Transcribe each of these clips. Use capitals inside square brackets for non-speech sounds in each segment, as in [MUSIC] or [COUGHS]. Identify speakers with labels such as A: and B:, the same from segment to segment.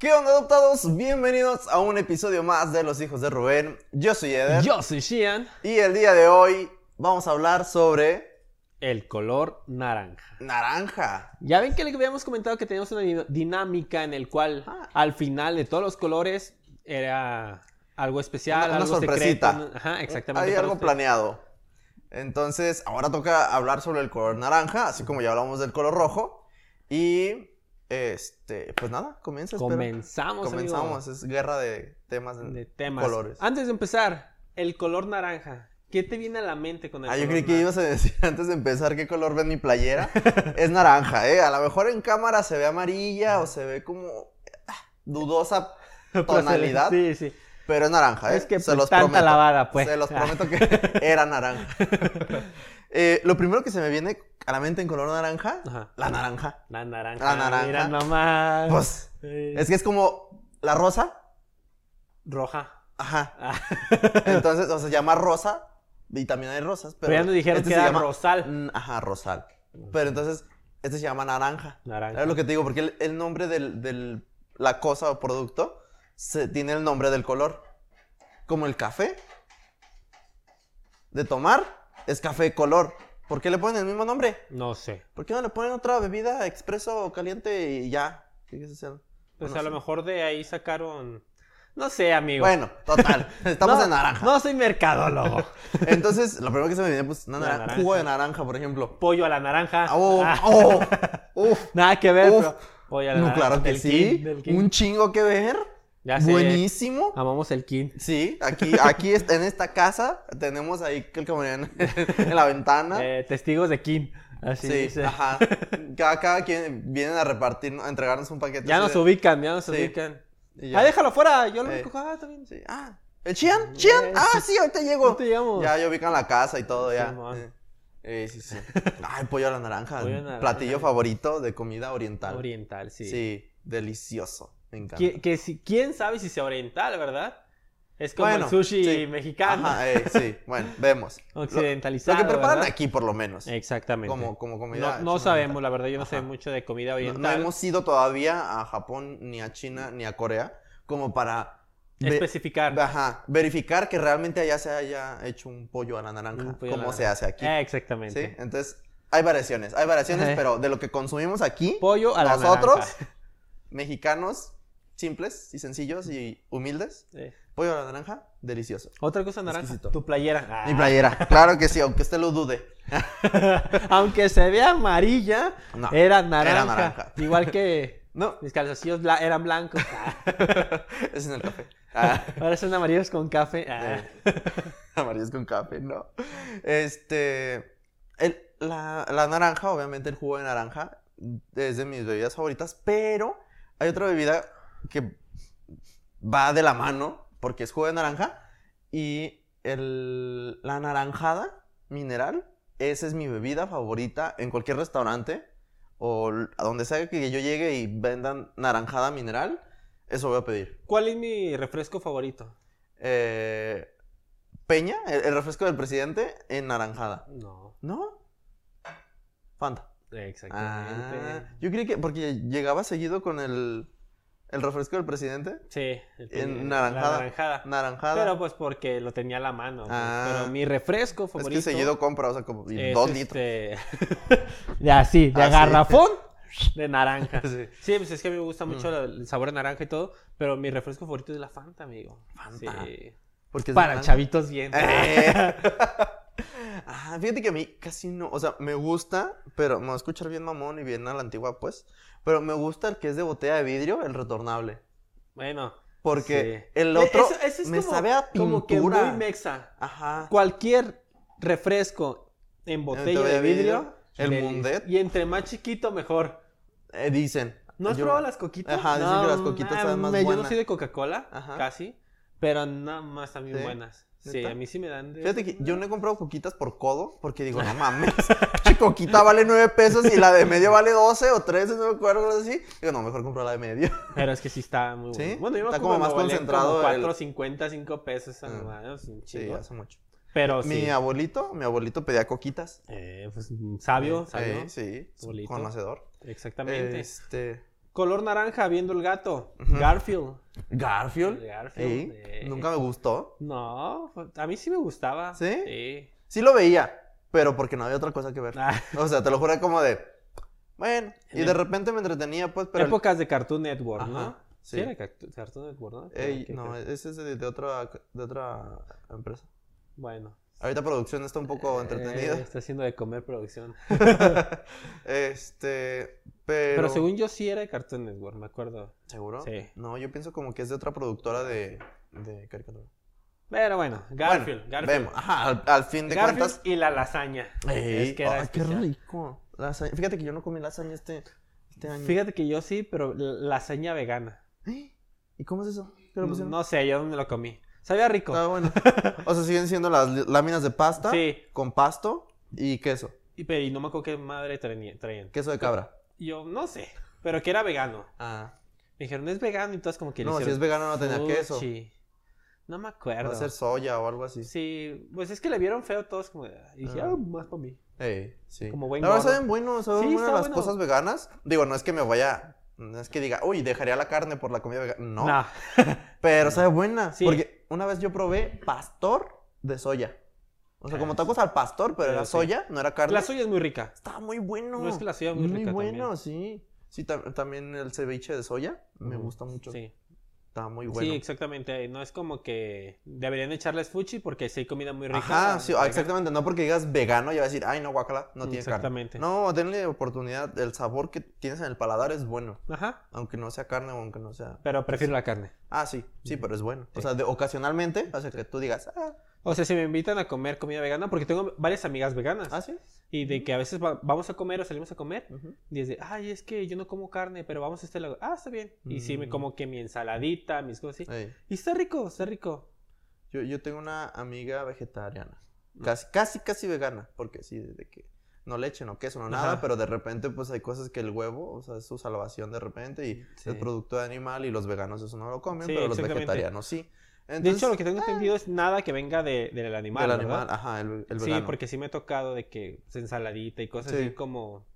A: ¿Qué onda, adoptados? Bienvenidos a un episodio más de Los Hijos de Rubén. Yo soy Eder.
B: Yo soy Sheehan.
A: Y el día de hoy vamos a hablar sobre
B: El color naranja.
A: naranja.
B: Ya ven que le habíamos comentado que teníamos una di- dinámica en el cual
A: Ah.
B: al final de todos los colores era algo especial,
A: Una- una
B: algo
A: sorpresita.
B: secreto. una- Ajá, exactamente.
A: Hay
B: para
A: algo
B: usted.
A: planeado. Entonces, ahora toca hablar sobre el color naranja, así como ya hablamos del color rojo. Y, este, pues nada, comienza. espero.
B: Comenzamos, amigo,
A: Comenzamos, es guerra de temas. en-
B: de temas.
A: colores.
B: Antes de empezar, el color naranja. ¿Qué te viene a la mente con el
A: Ah, yo
B: color
A: creí que
B: naranja?
A: ibas a decir [LAUGHS] antes de empezar qué color ven mi playera. es naranja, ¿eh? A lo mejor en cámara se ve amarilla o se ve como ah, dudosa
B: [LAUGHS]
A: tonalidad,
B: Pues, Sí, sí.
A: pero es naranja, ¿eh?
B: Es que pues, tanta lavada, pues.
A: Se
B: [LAUGHS]
A: los prometo que [LAUGHS] era naranja. Eh, lo primero que se me viene a la mente en color naranja,
B: Ajá.
A: la naranja.
B: La naranja.
A: La naranja.
B: Mira nomás.
A: Pues,
B: Eh,
A: es que es como la rosa,
B: roja.
A: ajá.
B: Ah,
A: Entonces, o sea, se llama rosa y también hay rosas, pero...
B: Pero ya nos dijeron
A: este
B: que
A: se
B: era
A: llama-
B: rosal.
A: Mm, Ajá, rosal. Pero entonces, este se llama naranja.
B: Naranja.
A: Es lo que te digo, porque el, el nombre del, del- la cosa o producto se, tiene el nombre del color. Como el café. De tomar es café de color. ¿Por qué le ponen el mismo nombre?
B: No sé.
A: ¿Por qué no le ponen otra bebida expreso o caliente y ya? ¿Qué es eso?
B: Pues
A: No
B: a lo
A: sé.
B: mejor de ahí sacaron. No sé, amigo.
A: Bueno, total.
B: [LAUGHS]
A: Estamos
B: No,
A: en naranja.
B: No
A: [LAUGHS]
B: soy mercadólogo.
A: Entonces, lo primero que se me viene, pues, una
B: La
A: naranja,
B: naranja.
A: jugo de naranja, por ejemplo.
B: Pollo a la naranja.
A: Oh,
B: Ah,
A: oh, uf.
B: nada que ver,
A: Uf.
B: [LAUGHS] pero Pollo a la
A: No,
B: naranja.
A: claro que
B: del
A: sí.
B: King, del King.
A: Un chingo que ver.
B: Ya sé.
A: Buenísimo.
B: Amamos el King.
A: Sí,
B: [LAUGHS]
A: aquí, aquí est- en esta casa tenemos ahí que el camarón en la ventana.
B: Eh, testigos de King. Así
A: sí,
B: dice.
A: ajá. Cada, cada quien vienen a repartir, a entregarnos un paquete.
B: Ya
A: así
B: nos
A: de-
B: ubican, ya nos
A: Sí.
B: ubican.
A: y ya.
B: Ah, déjalo fuera. Yo lo
A: Eh.
B: recojo. Ah, está bien.
A: Sí, Ah, ¿el Chian? ¿Chian? Ah, sí, ahorita llego.
B: Eh, Ahorita llegamos.
A: Ya, ya ubican la casa y todo, ya.
B: Simón.
A: Eh, eh, sí,
B: [LAUGHS]
A: sí. Ay, pollo a la naranja.
B: Pollo a la naranja.
A: Platillo favorito de comida oriental.
B: Oriental, sí.
A: sí. delicioso. Me encanta.
B: Que, que si, ¿Quién sabe si sea oriental, verdad? Es como
A: Bueno,
B: el sushi
A: sí.
B: mexicano.
A: Ajá, eh, sí, bueno, vemos. Lo- Lo,
B: Occidentalizado.
A: que preparan
B: ¿verdad?
A: aquí, por lo menos.
B: Exactamente.
A: Como, como comida.
B: No, no
A: china
B: sabemos,
A: oriental.
B: la verdad, yo no sé
A: Ajá.
B: mucho de comida
A: No-
B: oriental.
A: No, hemos ido todavía a Japón, ni a China, ni a Corea, como para ve-
B: especificar.
A: ajá, verificar que realmente allá se haya hecho un pollo a la naranja,
B: Un pollo a la
A: como se
B: naranja.
A: hace aquí.
B: Eh,
A: ¿sí?
B: exactamente.
A: Entonces, hay variaciones, hay variaciones,
B: Ajá.
A: pero de lo que consumimos aquí,
B: Pollo a la
A: nosotros,
B: naranja.
A: mexicanos, simples y sencillos y humildes,
B: Eh,
A: pollo a la naranja, delicioso.
B: Otra cosa naranja.
A: Exquisito.
B: Tu playera. Ah.
A: Mi playera, claro que sí, aunque usted lo dude.
B: Aunque se vea amarilla,
A: No,
B: era, naranja.
A: Ah, naranja.
B: Igual que
A: No,
B: mis calzoncillos bla- eran blancos. Ah,
A: es en el
B: [LAUGHS]
A: café. Ah.
B: Ahora son amarillos con café. Ah,
A: Eh, [LAUGHS] Amarillos con café, no. Este. el- la, la naranja, obviamente, el jugo de naranja es de mis bebidas favoritas, pero hay otra bebida que va de la mano porque es jugo de naranja y el, la naranjada mineral, esa es mi bebida favorita en cualquier restaurante o l- a donde sea que yo llegue y vendan naranjada mineral, eso voy a pedir.
B: ¿Cuál es mi refresco favorito?
A: Eh, Peña, el, el refresco del presidente, en naranjada.
B: No.
A: ¿No? Fanta.
B: Exactamente.
A: Ah, yo creí que. Porque llegaba seguido con el. El refresco del presidente.
B: Sí. el-
A: En
B: el-
A: naranjada.
B: La naranjada.
A: Naranjada.
B: Pero pues porque lo tenía a la mano. pues.
A: Ah.
B: Pero mi refresco
A: es
B: favorito.
A: que seguido compra, o sea, como y
B: es,
A: dos litros.
B: este, [LAUGHS] de así, de
A: Ah, sí. [LAUGHS]
B: garrafón de naranja.
A: Sí. Mm.
B: Sí, pues es que a mí me gusta mucho la- el sabor de naranja y todo, pero mi refresco favorito es la Fanta, amigo.
A: Fanta.
B: Sí.
A: Porque es
B: Para
A: naranja.
B: chavitos bien.
A: Eh. [LAUGHS] Ah, fíjate que a mí casi no, o sea, me gusta, pero me va a escuchar bien mamón y bien a la antigua, pues, pero me gusta el que es de botella de vidrio, el retornable.
B: Bueno.
A: Porque
B: sí.
A: el otro
B: Eso- eso es
A: me
B: como-
A: sabe a pintura.
B: Como que muy mexa.
A: Ajá.
B: Cualquier refresco en botella de vidrio.
A: el
B: le-
A: Mundet.
B: Y entre más chiquito, mejor.
A: Eh, dicen.
B: ¿No has
A: Yo-
B: probado las coquitas? Ah,
A: Ajá, dicen que las coquitas saben más
B: me- Yo no
A: buena.
B: soy de Coca-Cola,
A: Ajá.
B: casi, pero nada más también
A: Sí.
B: buenas. Sí,
A: ¿Neta?
B: a mí sí me dan de...
A: Fíjate que yo no he comprado coquitas por codo porque digo, no mames,
B: [LAUGHS]
A: pinche coquita vale 9 pesos y la de medio vale 12 o 13, no me acuerdo, algo así. Digo, no, mejor compro la de
B: [LAUGHS]
A: medio.
B: Pero es que sí está muy
A: ¿Sí?
B: bueno. Bueno, yo me
A: Está
B: acuerdo
A: como
B: cuando
A: más
B: valían
A: concentrado
B: Como
A: el-
B: 4.50, 5 pesos esa
A: Ah.
B: mamada, es un
A: Sí,
B: chingo.
A: hace mucho.
B: Pero
A: Mi
B: Pues sí.
A: abuelito, mi abuelito pedía coquitas.
B: Eh, pues, sabio,
A: Eh,
B: sabio.
A: eh, sí,
B: Abuelito.
A: conocedor.
B: Exactamente.
A: Este,
B: Color naranja viendo el gato.
A: Ujú.
B: Garfield.
A: Garfield.
B: Garfield,
A: Ey,
B: eh.
A: Nunca me gustó.
B: No, fue- a mí sí me gustaba.
A: ¿Sí?
B: Sí.
A: Sí lo veía, pero porque no había otra cosa que ver.
B: Ah,
A: O sea, te lo juro era como de... Bueno, y
B: En
A: de
B: ep-
A: repente me entretenía, pues, pero... el-
B: Épocas de Cartoon Network, ¿no?
A: Ajá,
B: Sí.
A: sí.
B: era Cartu- Cartoon Network, ¿no?
A: Ey,
B: Ok,
A: no,
B: creo.
A: ese es de, de otra, de otra empresa.
B: Bueno.
A: Ahorita producción está un poco
B: Eh, [LAUGHS]
A: entretenida.
B: está haciendo de comer producción.
A: este, pero...
B: Pero según yo sí era de Cartoon Network, me acuerdo.
A: ¿Seguro?
B: Sí.
A: No, yo pienso como que es de otra productora de, de caricatura.
B: Pero bueno, Garfield.
A: Bueno,
B: Garfield.
A: vemos. Ajá, al, al fin de
B: Garfield
A: cuentas...
B: y la lasaña.
A: Ey,
B: Es que era
A: ay, qué
B: especial.
A: rico. Lasaña. Fíjate que yo no comí lasaña este, este año.
B: Fíjate que yo sí, pero la- lasaña vegana.
A: [GASPS] ¿Y cómo es eso? ¿Qué le pusieron?
B: No sé, yo no me lo comí. Sabía rico.
A: Está Ah,
B: [LAUGHS]
A: bueno. O sea, siguen siendo las li- láminas de pasta
B: Sí.
A: con pasto y queso.
B: Y, pero, y no me acuerdo qué madre traen- traían.
A: Queso de cabra.
B: Yo no sé, pero que era vegano.
A: Ah.
B: Me dijeron, es vegano y todas como que le
A: No, si
B: hicieron
A: es vegano no tenía queso.
B: fuchi. No me
A: Va
B: acuerdo.
A: a ser soya o algo así.
B: Sí, pues es que le vieron feo todos como... Y dije,
A: Ah.
B: ah, más para mí.
A: Ey, sí.
B: Como buen
A: La verdad
B: gordo.
A: saben bueno, saben
B: Sí,
A: buenas
B: está
A: las
B: bueno.
A: cosas veganas. Digo, no es que me vaya, no es que diga, uy, dejaría la carne por la comida vegana. No,
B: No.
A: pero sabe buena.
B: Sí.
A: Porque una vez yo probé pastor de soya. O sea,
B: Ah,
A: como
B: sí.
A: tacos al pastor, pero
B: Pero
A: era
B: sí.
A: soya, no era carne.
B: La soya es muy rica.
A: Estaba muy bueno.
B: No es que la soya es muy rica
A: bueno, sí. Sí, tam- también el ceviche de soya me
B: Ujú.
A: gusta mucho.
B: Sí.
A: Está muy bueno.
B: sí, exactamente. No es como que deberían echarles fuchi porque sí hay comida muy rica.
A: Ajá, sí,
B: vegana.
A: exactamente. No porque digas vegano, ya vas a decir, ay, no, guacala, no tiene carne.
B: Exactamente.
A: No, denle oportunidad. El sabor que tienes en el paladar es bueno.
B: Ajá.
A: Aunque no sea carne o aunque no sea.
B: Pero prefiero la carne.
A: Ah, sí, sí, pero es bueno. O
B: Sí.
A: sea, de- ocasionalmente hace que tú digas, ah,
B: O sea, si me invitan a comer comida vegana, porque tengo varias amigas veganas.
A: ah, sí.
B: Y de que a veces va- vamos a comer o salimos a comer.
A: Ujú.
B: Y es de, ay, es que yo no como carne, pero vamos a este lado. Ah, está bien. Y sí, me
A: Mm.
B: como que mi ensaladita, mis cosas así.
A: Ey,
B: Y está rico, está rico.
A: Yo, yo tengo una amiga vegetariana.
B: Ah.
A: Casi, casi, casi vegana. Porque sí, desde que no leche, no queso, no nada.
B: Ajá.
A: Pero de repente, pues hay cosas que el huevo, o sea, es su salvación de repente. Y
B: Sí.
A: es producto de animal. Y los veganos eso no lo comen,
B: Sí,
A: pero los
B: exactamente.
A: vegetarianos sí.
B: de hecho,
A: Entonces, ah.
B: lo que tengo entendido es nada que venga de- del animal.
A: del
B: ¿verdad?
A: animal, ajá, el, el
B: Sí,
A: vegano.
B: porque sí me ha tocado de que pues, ensaladita y cosas
A: Sí.
B: así como.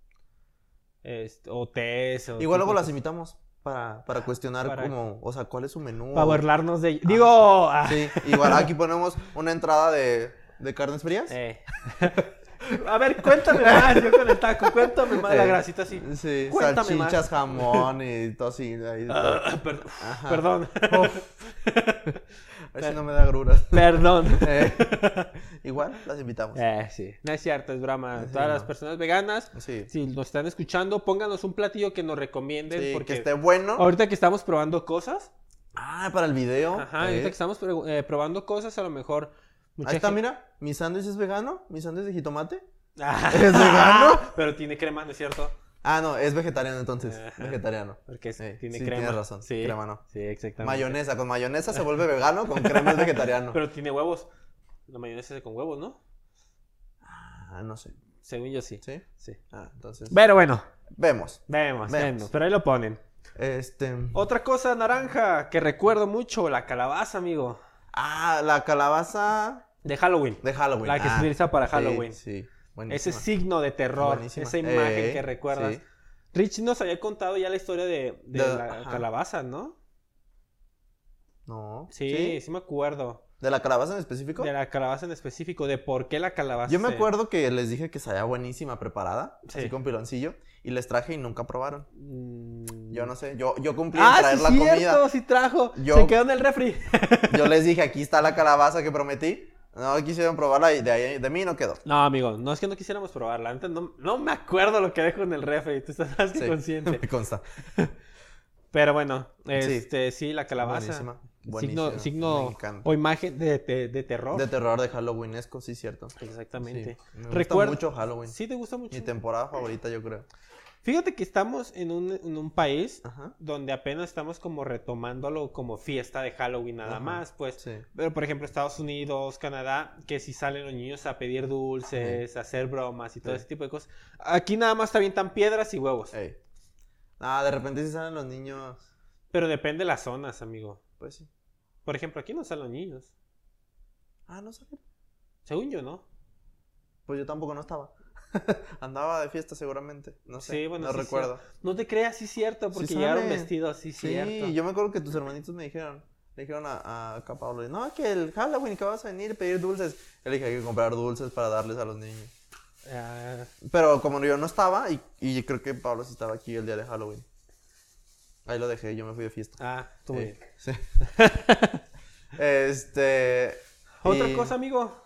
B: este, o tés. o
A: Igual
B: tipo
A: luego las
B: de-
A: invitamos para, para cuestionar
B: Para-
A: como, o sea, cuál es su menú.
B: Para burlarnos de. Digo. ah,
A: Sí, igual aquí ponemos una entrada de, de carnes frías.
B: eh. [LAUGHS] a ver, cuéntame más. Yo con el taco, cuéntame más. La
A: Eh.
B: grasita así.
A: Sí,
B: Cuéntame
A: salchichas, jamón y todo así. ahí.
B: [LAUGHS] Ah, per-
A: Ajá.
B: [COUGHS] Perdón.
A: Uf. [LAUGHS] A ver si no me da agruras.
B: [LAUGHS] Perdón.
A: Eh, [LAUGHS] igual las invitamos.
B: Eh, sí. No es cierto, es broma.
A: Sí,
B: Todas las
A: no.
B: personas veganas,
A: Sí.
B: si nos están escuchando, pónganos un platillo que nos recomienden.
A: Sí,
B: porque
A: que esté bueno.
B: ahorita que estamos probando cosas,
A: Ah, para el video.
B: ajá,
A: Eh,
B: ahorita que estamos pro- eh, probando cosas, a lo mejor. mucha
A: Ahí está,
B: gente-
A: mira. Mi sándwich es vegano. Mi sándwich de jitomate.
B: [LAUGHS] Ah,
A: ¿Es vegano?
B: [LAUGHS] Pero tiene crema, ¿no es cierto?
A: Ah, no, es vegetariano entonces.
B: Ajá.
A: Vegetariano.
B: Porque es-
A: Eh,
B: tiene
A: sí,
B: crema.
A: tienes razón,
B: Sí,
A: crema no.
B: Sí, exactamente.
A: Mayonesa, con mayonesa se vuelve vegano, con crema es vegetariano.
B: [LAUGHS] Pero tiene huevos. La mayonesa es con huevos, ¿no?
A: Ah, no sé.
B: Según yo sí.
A: ¿Sí?
B: Sí.
A: Ah, entonces.
B: Pero bueno,
A: Vemos.
B: vemos,
A: Vemos.
B: vemos. Pero ahí lo ponen.
A: Este.
B: Otra cosa naranja que recuerdo mucho, la calabaza, amigo.
A: Ah, la calabaza
B: De Halloween.
A: de Halloween.
B: La que
A: Ah,
B: se utiliza para
A: sí,
B: Halloween.
A: Sí.
B: Ese
A: buenísima.
B: signo de terror,
A: Buenísima.
B: esa imagen
A: Eh,
B: que recuerdas.
A: sí.
B: Rich nos había contado ya la historia de, de
A: De-
B: la
A: ajá.
B: calabaza, ¿no?
A: No.
B: Sí, sí, me acuerdo.
A: ¿De la calabaza en específico?
B: De la calabaza en específico, de por qué la calabaza.
A: Yo me
B: se-
A: acuerdo que les dije que sabía buenísima preparada,
B: Sí.
A: así con piloncillo, y les traje y nunca probaron.
B: Mm.
A: Yo no sé, yo, yo cumplí en
B: Ah,
A: traer
B: sí,
A: la
B: cierto,
A: comida.
B: sí trajo.
A: Yo-
B: Se quedó en el refri.
A: [LAUGHS] Yo les dije, aquí está la calabaza que prometí. No quisieron probarla y de, ahí, de mí no quedó.
B: No, amigo, no es que no quisiéramos probarla. Antes no, no me acuerdo lo que dejo en el refri. Tú estás más que
A: Sí,
B: consciente.
A: [LAUGHS] Me consta.
B: Pero bueno,
A: Sí.
B: este, sí, la calabaza.
A: Buenísima.
B: Signo,
A: buenísima, me
B: signo
A: encanta.
B: o imagen de, de- de terror.
A: De terror de Halloweenesco, sí, cierto.
B: Exactamente.
A: Sí, me gusta
B: Recuerda-
A: mucho Halloween.
B: Sí, te gusta mucho.
A: Mi temporada favorita, yo creo.
B: Fíjate que estamos en un, en un país
A: Ajá.
B: donde apenas estamos como retomándolo como fiesta de Halloween nada
A: Ajá,
B: más, pues.
A: Sí.
B: Pero por ejemplo Estados Unidos, Canadá, que si salen los niños a pedir dulces, a hacer bromas y todo
A: Sí. Eh.
B: ese tipo de cosas. Aquí nada más te avientan piedras y huevos.
A: Ey. Ah, de repente sí salen los niños.
B: Pero depende de las zonas, amigo.
A: Pues sí.
B: Por ejemplo, aquí no salen los niños.
A: Ah, no salen.
B: Según yo, ¿no?
A: Pues yo tampoco no estaba. [LAUGHS] Andaba de fiesta seguramente. No sé.
B: Sí, bueno,
A: no
B: sí,
A: recuerdo.
B: No te creas, sí cierto, porque
A: Sí
B: llegaron
A: sale.
B: vestidos, sí,
A: Sí,
B: cierto.
A: yo me acuerdo que tus hermanitos me dijeron, le dijeron a, a acá Pablo, no, que el Halloween que vas a venir a pedir dulces. Yo le dije, hay que comprar dulces para darles a los niños.
B: Ah,
A: Pero como yo no estaba, y, y creo que Pablo sí estaba aquí el día de Halloween. Ahí lo dejé, yo me fui de fiesta.
B: ah, tú muy
A: Eh,
B: bien.
A: sí. [LAUGHS] este.
B: Otra
A: y
B: cosa, amigo,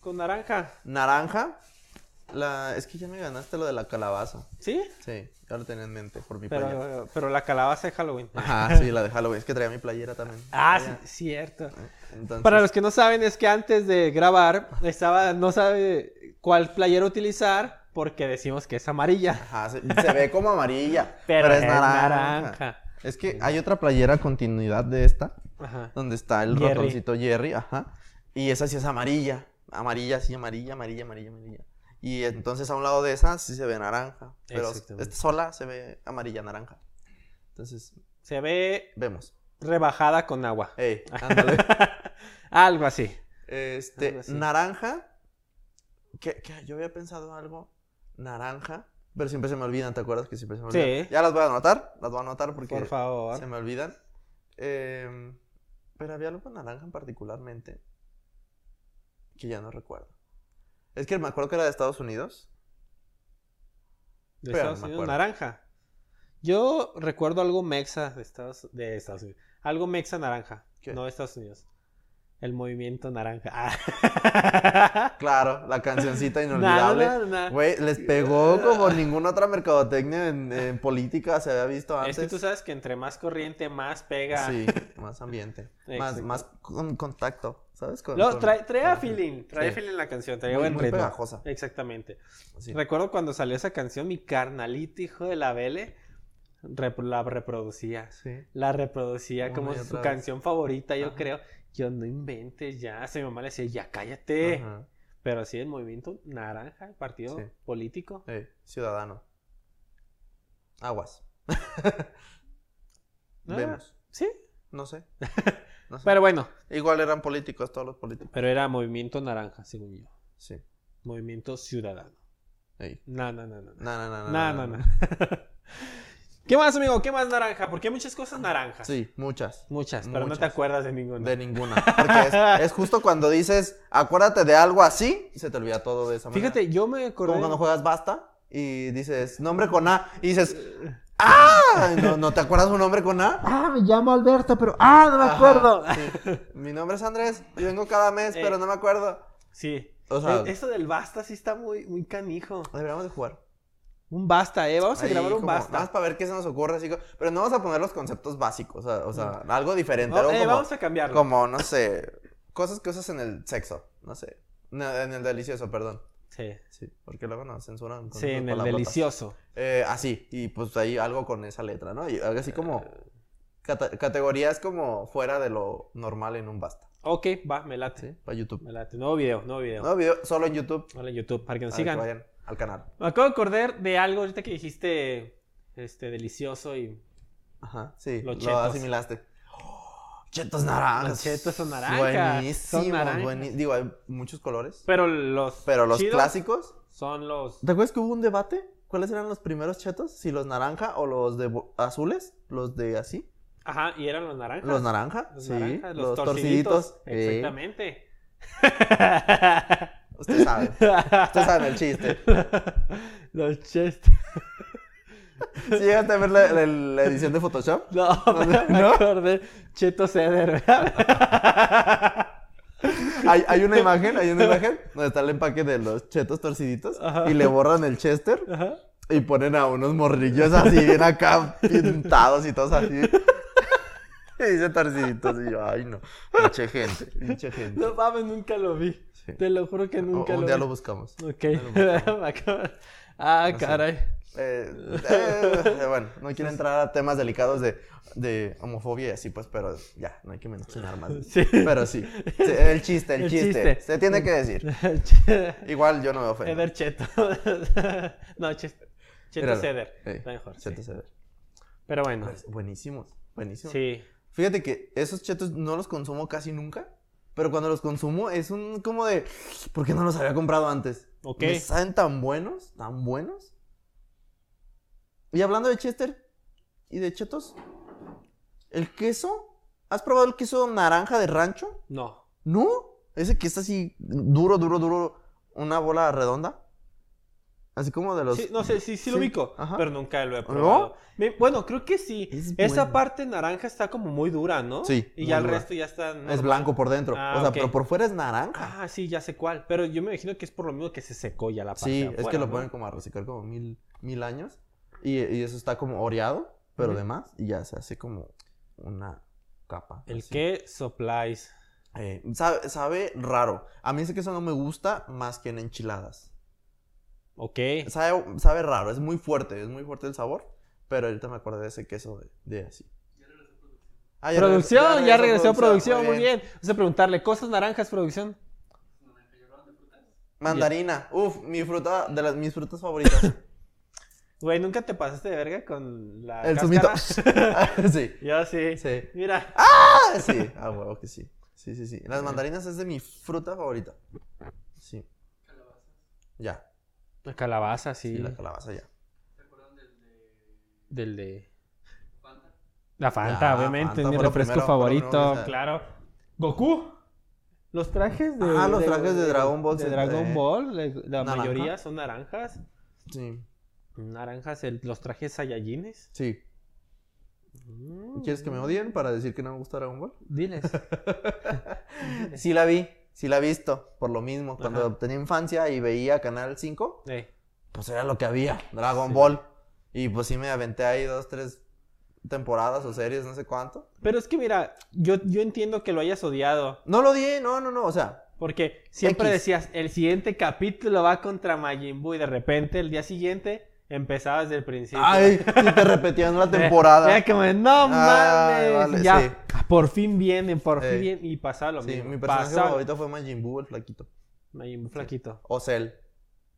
B: con naranja,
A: Naranja. La, es que ya me ganaste lo de la calabaza.
B: ¿sí?
A: Sí, ya lo tenía en mente por mi playera.
B: Pero, pero la calabaza de Halloween. [LAUGHS]
A: Ajá, sí, la de Halloween. Es que traía mi playera también. ¿eh?
B: Ah, sí, cierto.
A: Entonces,
B: Para los que no saben, es que antes de grabar, estaba, no sabe cuál playera utilizar, porque decimos que
A: [LAUGHS]
B: es amarilla.
A: Ajá, se, se ve como amarilla,
B: [LAUGHS] Pero
A: pero, es,
B: es
A: naranja.
B: naranja.
A: Es que hay otra playera continuidad de esta,
B: Ajá.
A: donde está el
B: Jerry.
A: ratoncito Jerry, ajá. Y esa sí es amarilla, amarilla, sí, amarilla, amarilla, amarilla, amarilla. Y entonces a un lado de esa sí se ve naranja, pero
B: Exactamente.
A: esta sola se ve amarilla, naranja. Entonces,
B: Se ve
A: vemos.
B: rebajada con agua. [LAUGHS]
A: Ey, ándale.
B: Algo así. Algo
A: Este,
B: así.
A: naranja. Que, que yo había pensado algo. Naranja. Pero siempre se me olvidan, ¿te acuerdas que siempre se me
B: Sí.
A: olvidan? Ya las voy a anotar, las voy a anotar porque
B: Por favor.
A: se me olvidan. Eh, pero había algo con naranja en particularmente que ya no recuerdo. Es que me acuerdo que era de Estados Unidos.
B: De
A: Pero
B: Estados
A: no me
B: Unidos,
A: acuerdo.
B: naranja. Yo recuerdo algo mexa de Estados, de Estados Unidos. Algo mexa naranja.
A: ¿Qué?
B: No de Estados Unidos. El movimiento naranja. [LAUGHS] Ah.
A: Claro, la
B: [LAUGHS]
A: cancioncita
B: Nada,
A: inolvidable.
B: nada, nada.
A: Güey, les pegó como ninguna otra mercadotecnia en, en política se había visto antes.
B: Es que tú sabes que entre más corriente, más pega. Este,
A: Sí, más ambiente. más
B: Exacto.
A: más con contacto, ¿sabes? Con,
B: No,
A: con-
B: trae, traía
A: con-
B: feeling. Traía
A: Sí.
B: feeling la canción. Traía
A: Muy-
B: buen
A: muy
B: ritmo.
A: pegajosa.
B: Exactamente.
A: sí.
B: Recuerdo cuando salió esa canción, mi carnalito, hijo de la Vele, rep- la reproducía.
A: Sí.
B: la reproducía
A: Una
B: como
A: y
B: su
A: otra vez.
B: canción favorita, yo
A: Ajá.
B: creo. Yo no inventes ya. Si mi mamá le decía, ya cállate.
A: Ajá,
B: Pero sí, el movimiento naranja, el partido
A: Sí.
B: político.
A: ey, ciudadano. Aguas.
B: Ah,
A: Vemos.
B: Sí.
A: No
B: [LAUGHS]
A: sé. No sé.
B: Pero bueno,
A: Igual eran políticos todos los políticos.
B: pero era movimiento naranja, según yo.
A: Sí.
B: Movimiento ciudadano.
A: ey.
B: No, no, no, no.
A: No, no, no, no,
B: No, no, no. [LAUGHS] ¿Qué más, amigo? ¿Qué más naranja? Porque hay muchas cosas naranjas.
A: Sí, muchas.
B: Muchas, pero no te
A: Muchas.
B: acuerdas de ninguna.
A: De ninguna. Porque es, es justo cuando dices, acuérdate de algo así, se te olvida todo de esa manera.
B: Fíjate, yo me acordé.
A: Como cuando juegas basta y dices, nombre con A, y dices, ¡Ah! ¿No, no te acuerdas un nombre con A?
B: Ah, me llamo Alberto, pero. ¡Ah, no me
A: Ajá,
B: acuerdo!
A: sí. Mi nombre es Andrés y vengo cada mes,
B: Eh.
A: pero no me acuerdo.
B: Sí.
A: O sea-
B: Eh, Esto del basta sí está muy, muy canijo.
A: Deberíamos de jugar.
B: Un basta, eh. Vamos a
A: Ahí
B: grabar un
A: como, Nada más
B: basta.
A: para ver qué se nos ocurre. Así, co- pero no vamos a poner los conceptos básicos. O sea, o sea, algo diferente.
B: No,
A: algo
B: eh,
A: como,
B: vamos a cambiarlo.
A: como, no sé, cosas que usas en el sexo. No sé. No, en el delicioso, perdón.
B: Sí,
A: Sí, porque luego nos censuran. con
B: Sí,
A: esas
B: en el
A: palabrotas.
B: delicioso.
A: Eh, así. Y pues ahí algo con esa letra, ¿no? Y algo así como. cata- categorías como fuera de lo normal en un basta.
B: Ok, va, me late.
A: ¿Sí? Para YouTube.
B: Me late. Nuevo video, nuevo video.
A: No, video solo en YouTube.
B: Hola en YouTube, para que nos
A: para que
B: sigan.
A: vayan al canal.
B: Me acabo de acordar de algo ahorita que dijiste este, delicioso y.
A: Ajá, sí,
B: Los
A: lo
B: chetos.
A: asimilaste. ¡Oh! Chetos naranjas.
B: Los chetos son naranjas,
A: Buenísimos,
B: son naranjas.
A: bueni- Digo, hay muchos colores.
B: Pero los.
A: Pero los
B: chidos
A: clásicos.
B: Son los.
A: ¿Te acuerdas que hubo un debate? ¿Cuáles eran los primeros chetos? Si los naranja o los de bo- azules, los de así.
B: Ajá, y eran los naranjas.
A: Los naranja,
B: Los
A: sí.
B: naranjas, los,
A: torciditos.
B: torciditos.
A: [LAUGHS]
B: Exactamente.
A: Eh, usted sabe. Usted sabe el
B: [LAUGHS]
A: chiste.
B: los chest. [LAUGHS]
A: Si llegaste a ver la, la- la edición de Photoshop.
B: No, pero me
A: [LAUGHS] ¿No?
B: acordé. Cheto Ceder.
A: [LAUGHS] Hay, hay una imagen, hay una imagen donde está el empaque de los chetos torciditos
B: Ajá.
A: y le borran el chester
B: Ajá.
A: Y ponen a unos morrillos así, bien acá, pintados y todos así. [LAUGHS] Y dice torciditos. Y yo, ay, no. Pinche gente, pinche gente.
B: No mames, nunca lo vi.
A: Sí.
B: Te lo juro que nunca
A: O- un
B: lo
A: día
B: vi.
A: lo buscamos.
B: Ok.
A: día lo buscamos.
B: [LAUGHS] Me acabo- ah,
A: No sé.
B: caray.
A: Eh, eh, bueno, no quiero entrar a temas delicados de, de homofobia y así, pues, pero ya, no hay que mencionar más.
B: Sí.
A: Pero sí, [LAUGHS] sí, el chiste, el,
B: El
A: chiste,
B: chiste.
A: Se tiene que [LAUGHS] decir.
B: [LAUGHS] Che-
A: Igual yo no me ofendo.
B: Eder Cheto. [LAUGHS] no, Ches- Cheto
A: Míralo.
B: Ceder.
A: Eh,
B: Está mejor. sí.
A: chetos, a ver.
B: Pero bueno.
A: Pues, buenísimos, buenísimos.
B: Sí.
A: Fíjate que esos chetos no los consumo casi nunca. Pero cuando los consumo es un como de. ¿Por qué no los había comprado antes?
B: Ok.
A: Me saben tan buenos, tan buenos. Y hablando de Chester y de chetos, el queso. ¿Has probado el queso naranja de rancho?
B: No.
A: No. Ese que está así duro, duro, duro. Una bola redonda. Así como de los.
B: Sí, no sé, sí, sí, lo
A: sí,
B: ubico,
A: ajá.
B: pero nunca lo he probado. Me- Bueno, creo que sí.
A: Es
B: Esa
A: bueno.
B: parte naranja está como muy dura, ¿no?
A: Sí,
B: Y ya el
A: muy dura.
B: resto ya está...
A: Es
B: normal.
A: blanco por dentro.
B: Ah,
A: o sea,
B: ok.
A: pero por fuera es naranja.
B: Ah, sí, ya sé cuál. Pero yo me imagino que es por lo mismo que se secó ya la parte
A: sí,
B: de
A: es
B: afuera,
A: que lo
B: ¿no?
A: ponen como a reciclar como mil, mil años. Y, y eso está como oreado, pero
B: Ujú.
A: de más. Y ya se hace como una capa.
B: El
A: así.
B: que soplays.
A: Eh, sabe, sabe raro. A mí ese queso no me gusta más que en enchiladas.
B: Ok.
A: Sabe, sabe raro, es muy fuerte, es muy fuerte el sabor. Pero ahorita me acordé de ese queso de, de así. Ah, regresó-
B: producción, ya regresó,
A: producción,
B: producción, muy bien. Vamos a preguntarle, cosas naranjas, producción.
A: Mandarina, uff, mi fruta, de las, mis frutas
B: [LAUGHS]
A: favoritas.
B: Güey, ¿nunca te pasaste de verga con la
A: el zumito.
B: cáscara?
A: [LAUGHS] sí,
B: Yo sí.
A: sí.
B: Mira,
A: Ah, sí, ah, huevo que sí. Sí, sí, sí. Las mandarinas es de mi fruta favorita. Sí. Ya,
B: la calabaza,
A: sí,
B: sí.
A: la calabaza ya.
B: Del de... La Fanta,
A: Ya,
B: obviamente,
A: Ah, Fanta
B: mi
A: fue lo
B: refresco
A: primero, fue lo primero que
B: favorito,
A: se-
B: claro. Goku. Los trajes de...
A: Ah, los trajes de Dragon Ball
B: De
A: Z,
B: Dragon
A: eh.
B: Ball, la, la
A: Naranja.
B: mayoría son naranjas.
A: Sí,
B: Naranjas, el- los trajes Saiyajines.
A: sí. Mm. ¿Quieres que me odien para decir que no me gusta Dragon Ball?
B: Diles.
A: [LAUGHS]
B: Diles.
A: Sí la vi, sí la he visto, por lo mismo. Cuando
B: Ajá.
A: tenía infancia y veía Canal 5,
B: Eh,
A: pues era lo que había, Dragon
B: Sí.
A: Ball. Y pues sí me aventé ahí dos, tres temporadas o series, no sé cuánto.
B: Pero es que mira, yo, yo entiendo que lo hayas odiado.
A: No lo di, no, no, no, o sea,
B: Porque siempre
A: X.
B: decías, el siguiente capítulo va contra Majin Buu. Y de repente, el día siguiente, empezabas del principio.
A: ay, si te repetían la [LAUGHS]
B: Ve-
A: temporada.
B: Era como, no mames.
A: Ay, vale,
B: ya,
A: sí.
B: por fin vienen, por
A: Ey.
B: fin vienen. Y pasaba lo
A: Sí,
B: mismo.
A: mi personaje
B: pasaba-
A: favorito fue Majin Buu, el flaquito.
B: Majin Buu flaquito.
A: O Cell.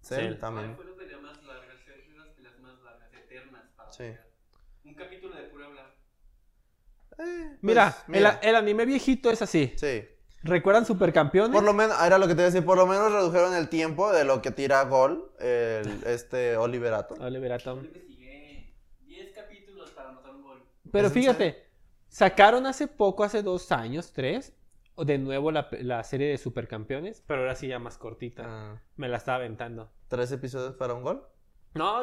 A: Cell,
B: Cell.
A: también.
C: ¿Cuáles fueron de las más largas? Esas son las- las más largas, eternas para
A: Sí.
C: ver. Un capítulo de pura hablar.
A: Eh, pues,
B: Mira, el- El, anime viejito es así.
A: Sí.
B: ¿Recuerdan Supercampeones?
A: Por lo menos, era lo que te iba a decir, por lo menos redujeron el tiempo de lo que tira Gol,
B: [LAUGHS]
A: el, este Oliverato.
B: Oliver Atom.
C: Yo investigué 10 capítulos para anotar un gol.
B: Pero
A: ¿Es en
B: fíjate, sacaron hace poco, hace dos años, tres, o de nuevo la, la serie de Supercampeones, pero ahora sí ya más cortita.
A: Ah,
B: Me la estaba aventando.
A: ¿Tres episodios para un gol?
B: No,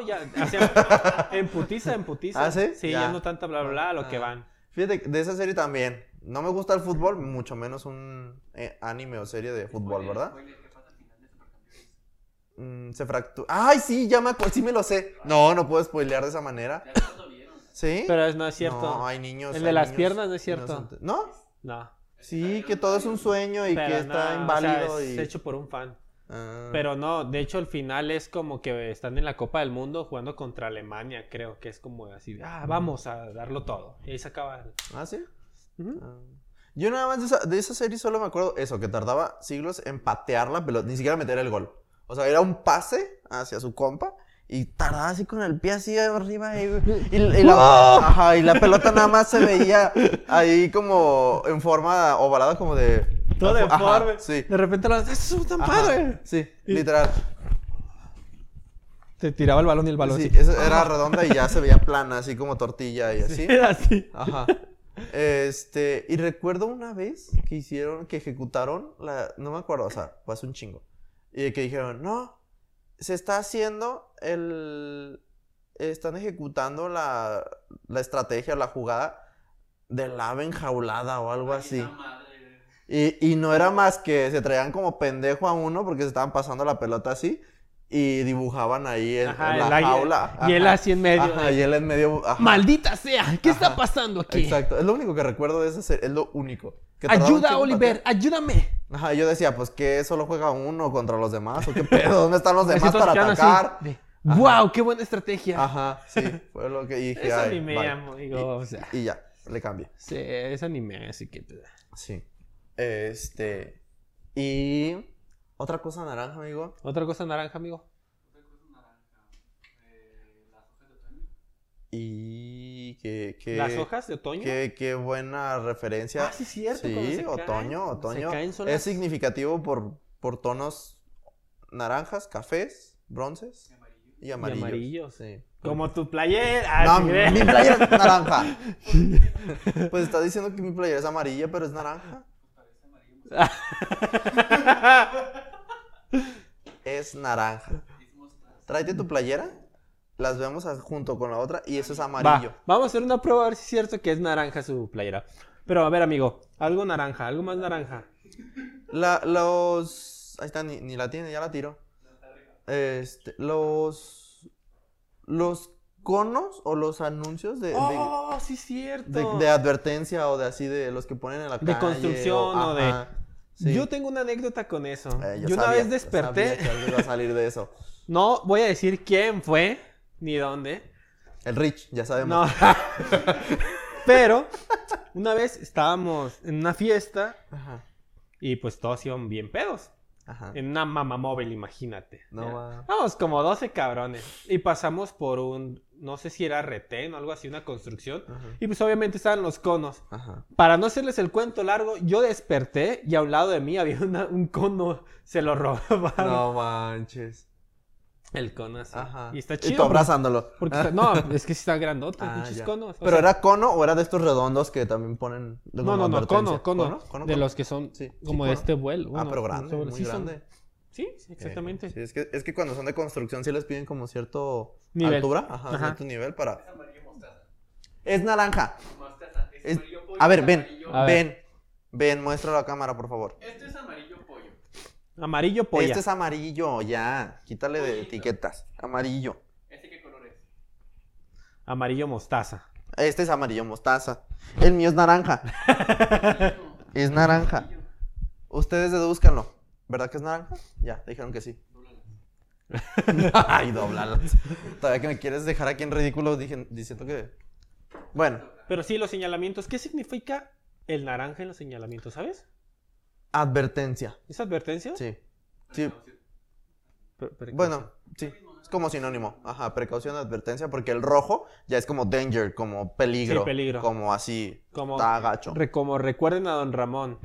A: [LAUGHS]
B: ya, hacía- en putiza, en putiza.
A: ¿Ah, sí?
B: Sí, ya,
A: Ya.
B: no tanta bla, bla, bla, a lo que
A: Ah.
B: van.
A: Fíjate, de esa serie también. No me gusta el fútbol, mucho menos un eh, anime o serie de fútbol,
C: Spoiler,
A: ¿verdad?
C: spoiler, ¿qué pasa al final de Supercampeones?
A: Mm, se fracturó. ¡Ay, sí! Ya me acuerdo, sí me lo sé. No, no puedo spoilear de esa manera.
C: Ya todos lo vieron.
A: ¿sí
B: Pero es- no es cierto.
A: No, hay niños.
B: El de
A: hay
B: las
A: niños
B: piernas no es cierto.
A: inocentes. ¿No?
B: no.
A: Sí, que todo es un sueño y que
B: pero
A: está
B: no, o sea,
A: inválido
B: es
A: y...
B: hecho por un fan.
A: Ah,
B: Pero no, de hecho, el final es como que están en la Copa del Mundo jugando contra Alemania, creo que es como así, de, ah, vamos a darlo todo. Y ahí se acaba. el-
A: ¿Ah, sí?
B: Ujú.
A: Ah. Yo nada más de esa, de esa serie solo me acuerdo eso, que tardaba siglos en patear la pelota, ni siquiera meter el gol. O sea, era un pase hacia su compa y tardaba así con el pie así arriba y, y- y
B: [LAUGHS]
A: la, ajá, y la pelota nada más se veía ahí como en forma ovalada como de...
B: Todo
A: ajá,
B: deforme.
A: Sí.
B: De repente lo haces, ¡eso es tan
A: Ajá,
B: padre!
A: Sí,
B: Y-
A: literal.
B: Te tiraba el balón y el balón
A: Sí, eh,
B: así.
A: eso era redonda y ya se veía plana, así como tortilla y así.
B: [LAUGHS] Era así.
A: Ajá. Este, y recuerdo una vez que hicieron, que ejecutaron la, no me acuerdo, o sea, fue hace un chingo. Y que dijeron, no, se está haciendo el, están ejecutando la, la estrategia, la jugada del ave enjaulada o algo
C: Ay,
A: así.
C: esa madre.
A: Y, y no era más que se traían como pendejo a uno porque se estaban pasando la pelota así y dibujaban ahí en,
B: Ajá,
A: en
B: el
A: la
B: águila.
A: jaula.
B: Y él
A: Ajá.
B: así en medio.
A: Ajá,
B: de,
A: y él en medio. ajá.
B: Maldita sea, ¿qué está
A: Ajá.
B: pasando aquí?
A: Exacto, es lo único que recuerdo de esa serie, es lo único. Que tardaba un
B: Ayuda,
A: chingo en
B: Oliver, ayúdame.
A: patear. Ajá, yo decía, pues que solo juega uno contra los demás, o qué
B: [LAUGHS]
A: pedo, ¿dónde están los
B: Así
A: demás
B: todos
A: para
B: quedan así,
A: atacar?
B: de,
A: Ajá.
B: wow, qué buena estrategia.
A: Ajá, sí, fue lo que dije.
B: es
A: ay,
B: anime,
A: vale.
B: amo, digo, o sea,
A: Y ya, le cambié.
B: sí, es anime, así que te da.
A: Sí. Este. Y. Otra cosa naranja, amigo.
B: Otra cosa naranja, amigo.
C: Otra cosa naranja. Eh, las hojas de otoño.
A: Y. Que, que,
B: Las hojas de otoño.
A: Qué, qué buena referencia.
B: Ah, sí, cierto. cuando
A: Sí,
B: se caen,
A: otoño,
B: cuando se
A: otoño.
B: caen son
A: Es
B: las-
A: significativo por, por tonos naranjas, cafés, bronces
C: amarillo.
A: y amarillos.
B: amarillos.
A: Sí.
B: Como tu player. Ah,
A: No,
B: sí,
A: mi
B: ve.
A: playera es naranja. Pues está diciendo que mi playera es amarilla, pero es naranja.
C: Parece amarillo.
A: Es naranja.
C: Es mostaza.
A: Tráete tu playera, las vemos a- junto con la otra y eso es amarillo.
B: [LAUGHS] Va, vamos a hacer una prueba a ver si es cierto que es naranja su playera. Pero a ver, amigo, algo naranja, algo más naranja.
A: La, los. Ahí está, ni, ni la tiene, ya la tiro. Este, los. Los conos o los anuncios de, de-
B: oh, sí es cierto.
A: de, de advertencia o de así de los que ponen en la
B: ¡Oh! De
A: calle.
B: construcción o de-
A: ajá, sí.
B: Yo tengo una anécdota con eso.
A: Eh,
B: yo
A: yo
B: una
A: sabía,
B: vez
A: yo
B: desperté.
A: sabía que algo iba a salir de eso.
B: No voy a decir quién fue ni dónde.
A: El Rich, ya sabemos.
B: No. [LAUGHS] Pero una vez estábamos en una fiesta
A: Ajá.
B: y pues todos iban bien pedos.
A: Ajá.
B: En una mamá móvil, imagínate.
A: No
B: Ya.
A: va.
B: Vamos, como 12 cabrones. Y pasamos por un, no sé si era retén o algo así, una construcción.
A: Ajá.
B: Y pues obviamente estaban los conos.
A: Ajá.
B: Para no hacerles el cuento largo, yo desperté y a un lado de mí había una- un cono. Se lo robaban.
A: No manches.
B: El cono así.
A: Ajá.
B: Y está
A: Y tú
B: chido.
A: abrazándolo.
B: porque
A: Ah.
B: está-
A: [LAUGHS]
B: no, es que sí están grandotes,
A: Ah,
B: pinches
A: ya.
B: conos. O
A: ¿Pero
B: sea,
A: era cono o era de estos redondos que también ponen? de
B: No,
A: como
B: no, no, cono,
A: advertencia?
B: cono,
A: ¿Cono?
B: De
A: ¿Cono?
B: los que son
A: Sí, sí,
B: como de
A: cono.
B: este vuelo.
A: Ah,
B: bueno,
A: pero
B: no
A: grande,
B: sé,
A: muy
B: sí son de-
A: grande.
B: Sí, sí, exactamente.
A: Sí, es, que, es que cuando son de construcción sí les piden como cierto
B: Nivel.
A: altura, ajá,
B: Ajá.
A: cierto nivel para...
C: Es amarillo mostaza.
A: Es naranja.
C: Mostaza. Es,
A: Es-
C: amarillo pollo.
A: A ver,
C: es
A: ven,
C: amarillo-
B: A ver.
A: ven, ven, muestra la cámara, por favor.
C: Este es amarillo pollo.
B: Amarillo polla.
A: Este es amarillo, ya. Quítale de
C: Pollito.
A: etiquetas. Amarillo.
C: ¿Este qué color es?
B: Amarillo mostaza.
A: Este es amarillo mostaza. El mío es
B: [LAUGHS]
A: naranja.
C: Amarillo.
A: Es naranja.
C: Amarillo.
A: Ustedes dedúzcanlo. ¿Verdad que es naranja? Ya, dijeron que sí.
C: Dólares.
A: [LAUGHS] Ay, doblalas. Todavía que me quieres dejar aquí en ridículo dije- diciendo que. Bueno,
B: Pero sí, los señalamientos. ¿Qué significa el naranja en los señalamientos, sabes?
A: advertencia.
B: ¿Es advertencia?
A: Sí. Sí.
B: Pero- pero-
A: Bueno, sí. Es como sinónimo. Ajá, precaución, advertencia, porque el rojo ya es como danger, como peligro.
B: Sí, peligro.
A: Como así.
B: Como,
A: Está gacho.
B: re- como recuerden a don Ramón.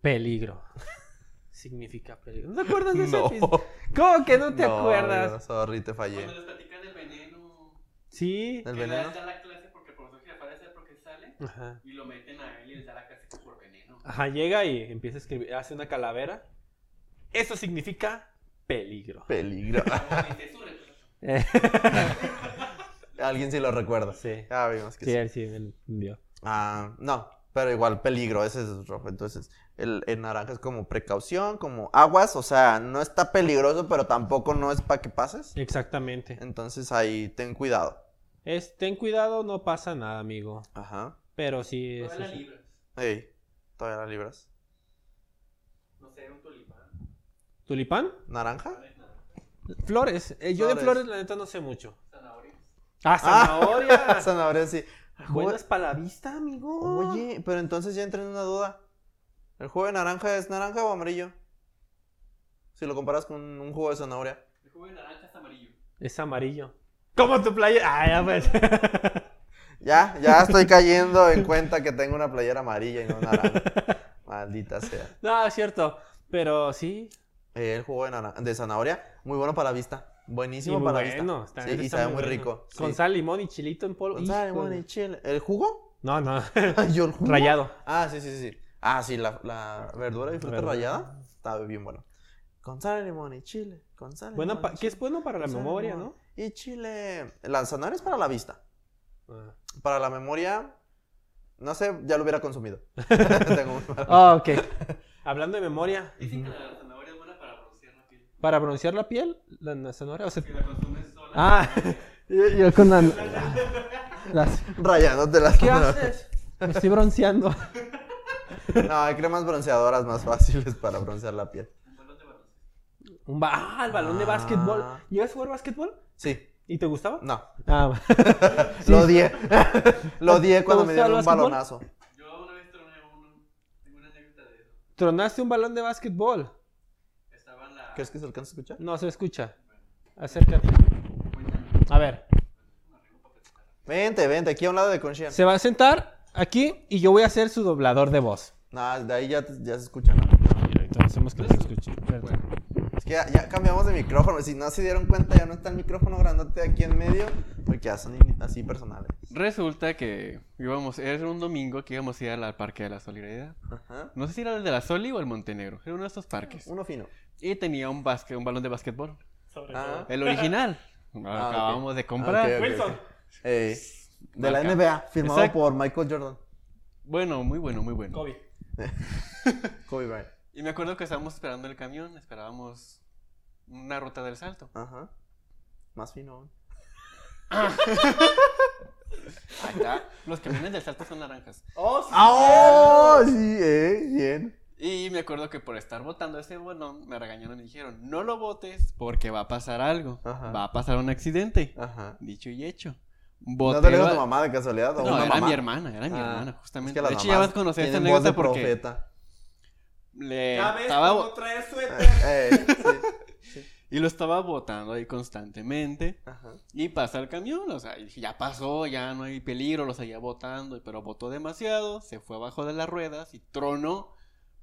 B: Peligro. [LAUGHS] Significa peligro. ¿No te acuerdas de eso?
A: [LAUGHS] No.
B: ¿Cómo que no te
A: No,
B: acuerdas?
A: amigo, sorry, te
C: Cuando
A: fallé.
C: les platican del veneno.
B: Sí.
A: El
C: que da-
A: veneno.
C: Da la clase porque el profesor que aparece porque sale
B: Ajá.
C: y lo meten a él y les da la clase como por veneno.
B: Ajá, llega y empieza a escribir, hace una calavera. Eso significa peligro.
A: Peligro. [LAUGHS]
C: Luego dice, pues, "Súbete".
D: [LAUGHS]
B: Eh,
A: Alguien sí lo recuerda.
B: sí.
A: Ya vimos que
B: Sí, eh.
A: sí.
B: él sí, él entendió.
A: Ah, no, pero igual peligro, ese es rojo. Entonces, el, el naranja es como precaución, como aguas, o sea, no está peligroso, pero tampoco no es para que pases.
B: Exactamente.
A: Entonces ahí ten cuidado.
B: Es, ten cuidado, no pasa nada, amigo.
A: Ajá.
B: Pero sí,
C: Todas
B: eso
C: las
B: sí.
C: libras.
A: Ey, todavía la libras.
C: No sé, un tulipán.
B: ¿Tulipán?
A: ¿Naranja?
B: Flores. Eh, yo de
A: Flores.
B: flores, la neta, no sé mucho.
C: Zanahorias.
B: Ah,
A: Ah, [LAUGHS]
B: zanahoria.
A: Zanahoria, sí.
B: Buenas para la vista, amigo.
A: Oye, pero entonces ya entra en una duda. ¿El jugo de naranja es naranja o amarillo? Si lo comparas con un jugo de zanahoria.
C: El jugo de naranja es
D: Mm.
C: amarillo.
B: Es amarillo. Como tu playa. Ah, ya pues. [LAUGHS]
A: Ya, ya estoy cayendo en cuenta que tengo una playera amarilla y no
B: [LAUGHS]
A: naranja. Maldita sea.
B: no, es cierto. Pero sí.
A: Eh, el jugo de, nana- de zanahoria, muy bueno para la vista.
B: Sí,
A: Buenísimo
B: muy
A: para la
B: bueno.
A: vista.
B: está-
A: Sí, y
B: está
A: sabe muy
B: bueno.
A: rico. sí.
B: Con sal, limón y chilito en polvo.
A: Con sal,
B: Híjole.
A: limón y Uh. chile. ¿El jugo? [LAUGHS]
B: No, no. [LAUGHS]
A: Ay, yo el jugo.
B: Rayado.
A: Ah, sí, sí, sí, sí. Ah, sí, la, la verdura y fruta
B: Verdura.
A: rallada está bien bueno. Con sal, limón y chile. Con sal,
B: Bueno,
A: limón y
B: pa- que es bueno para la
A: Con sal,
B: memoria,
A: limón
B: ¿no?
A: Y chile. La zanahoria es para la vista.
B: Ah.
A: Para la memoria, no sé, ya lo hubiera consumido. [LAUGHS] Tengo muy mala- [LAUGHS]
B: Ah, ok. [LAUGHS] Hablando de memoria,
C: Dicen que la zanahoria es buena para broncear la piel.
B: para pronunciar la piel, la, la zanahoria, o sea...
C: Si la consumes sola.
B: Ah, [LAUGHS] yo, yo con la... las- Ah.
A: Rayándote las
B: ¿Qué haces? Me estoy bronceando.
A: No, hay cremas bronceadoras más [LAUGHS] fáciles para broncear la piel.
C: Bueno, te bronceas.
B: Un ba- ah, el balón de
A: Ah.
B: básquetbol. ¿Llegas a jugar básquetbol?
A: Sí,
B: ¿Y te gustaba?
A: no.
B: Ah,
A: Lo odié. [LAUGHS] Lo odié
B: ¿Te
A: cuando me
B: gusta
A: dieron
B: el
A: un
B: básquetbol?
A: balonazo.
C: Yo una vez troné uno. Tengo una anécdota de eso.
B: [LAUGHS] tronaste un balón de básquetbol.
C: Estaba en la.
A: ¿Crees que se alcanza a escuchar?
B: No, se escucha. Acércate.
C: Cuéntame.
B: A ver,
A: Vente, vente, aquí a un lado de Conchien.
B: se va a sentar aquí y yo voy a ser su doblador de voz.
A: Nada, de ahí ya, te- ya se escucha. ¿no?
B: Ahorita hacemos que no se escuche. Espérate. Es
A: que ya, ya cambiamos de micrófono. Si no se dieron cuenta, ya no está el micrófono grandote aquí en medio, porque ya son in- así personales.
D: Resulta que íbamos, era un domingo que íbamos a ir al Parque de la Solidaridad.
A: Ajá.
D: No sé si era el de la Soli o el Montenegro, era uno de estos parques.
A: Uno fino.
D: Y tenía un, basque- un balón de básquetbol,
E: Sobre
A: Ah.
E: todo.
D: el
C: [LAUGHS]
D: original. Lo
A: Ah, ok.
D: acabamos de comprar.
A: ok.
E: Wilson.
A: Ey, Eh, de la
D: Marca.
A: NBA, firmado
D: Exacto.
A: por Michael Jordan.
D: Bueno, muy bueno, muy bueno.
E: Kobe.
A: Kobe Bryant.
D: Y me acuerdo que estábamos esperando el camión, esperábamos una ruta del salto.
A: Ajá. Más fino. aún.
D: Ahí está. Los camiones del salto son naranjas.
E: Oh, sí.
A: ¡Ah! ¡Oh! Sí, eh, bien.
D: Y me acuerdo que por estar votando ese bolón, me regañaron y me dijeron, no lo votes porque va a pasar algo.
A: Ajá.
D: Va a pasar un accidente.
A: Ajá.
D: Dicho y hecho.
A: ¿No
D: Voté
A: te lo dijo
D: ba-
A: tu mamá de casualidad? ¿O
D: No,
A: una
D: era
A: mamá?
D: mi hermana, era mi
A: Ah,
D: hermana,
A: Es
D: justamente.
A: que las
D: de hecho, ya
A: mamás
D: vas a conocer esta
A: tienen voz de
D: anécdota porque
A: profeta.
D: le
E: Cada vez
D: estaba
E: que no
D: vo-
E: traes suéter.
A: Eh, sí.
D: y lo estaba votando ahí constantemente.
A: Ajá.
D: Y pasa el camión, o sea, y dije, ya pasó, ya no hay peligro, lo seguía botando, pero botó demasiado, se fue abajo de las ruedas y trono,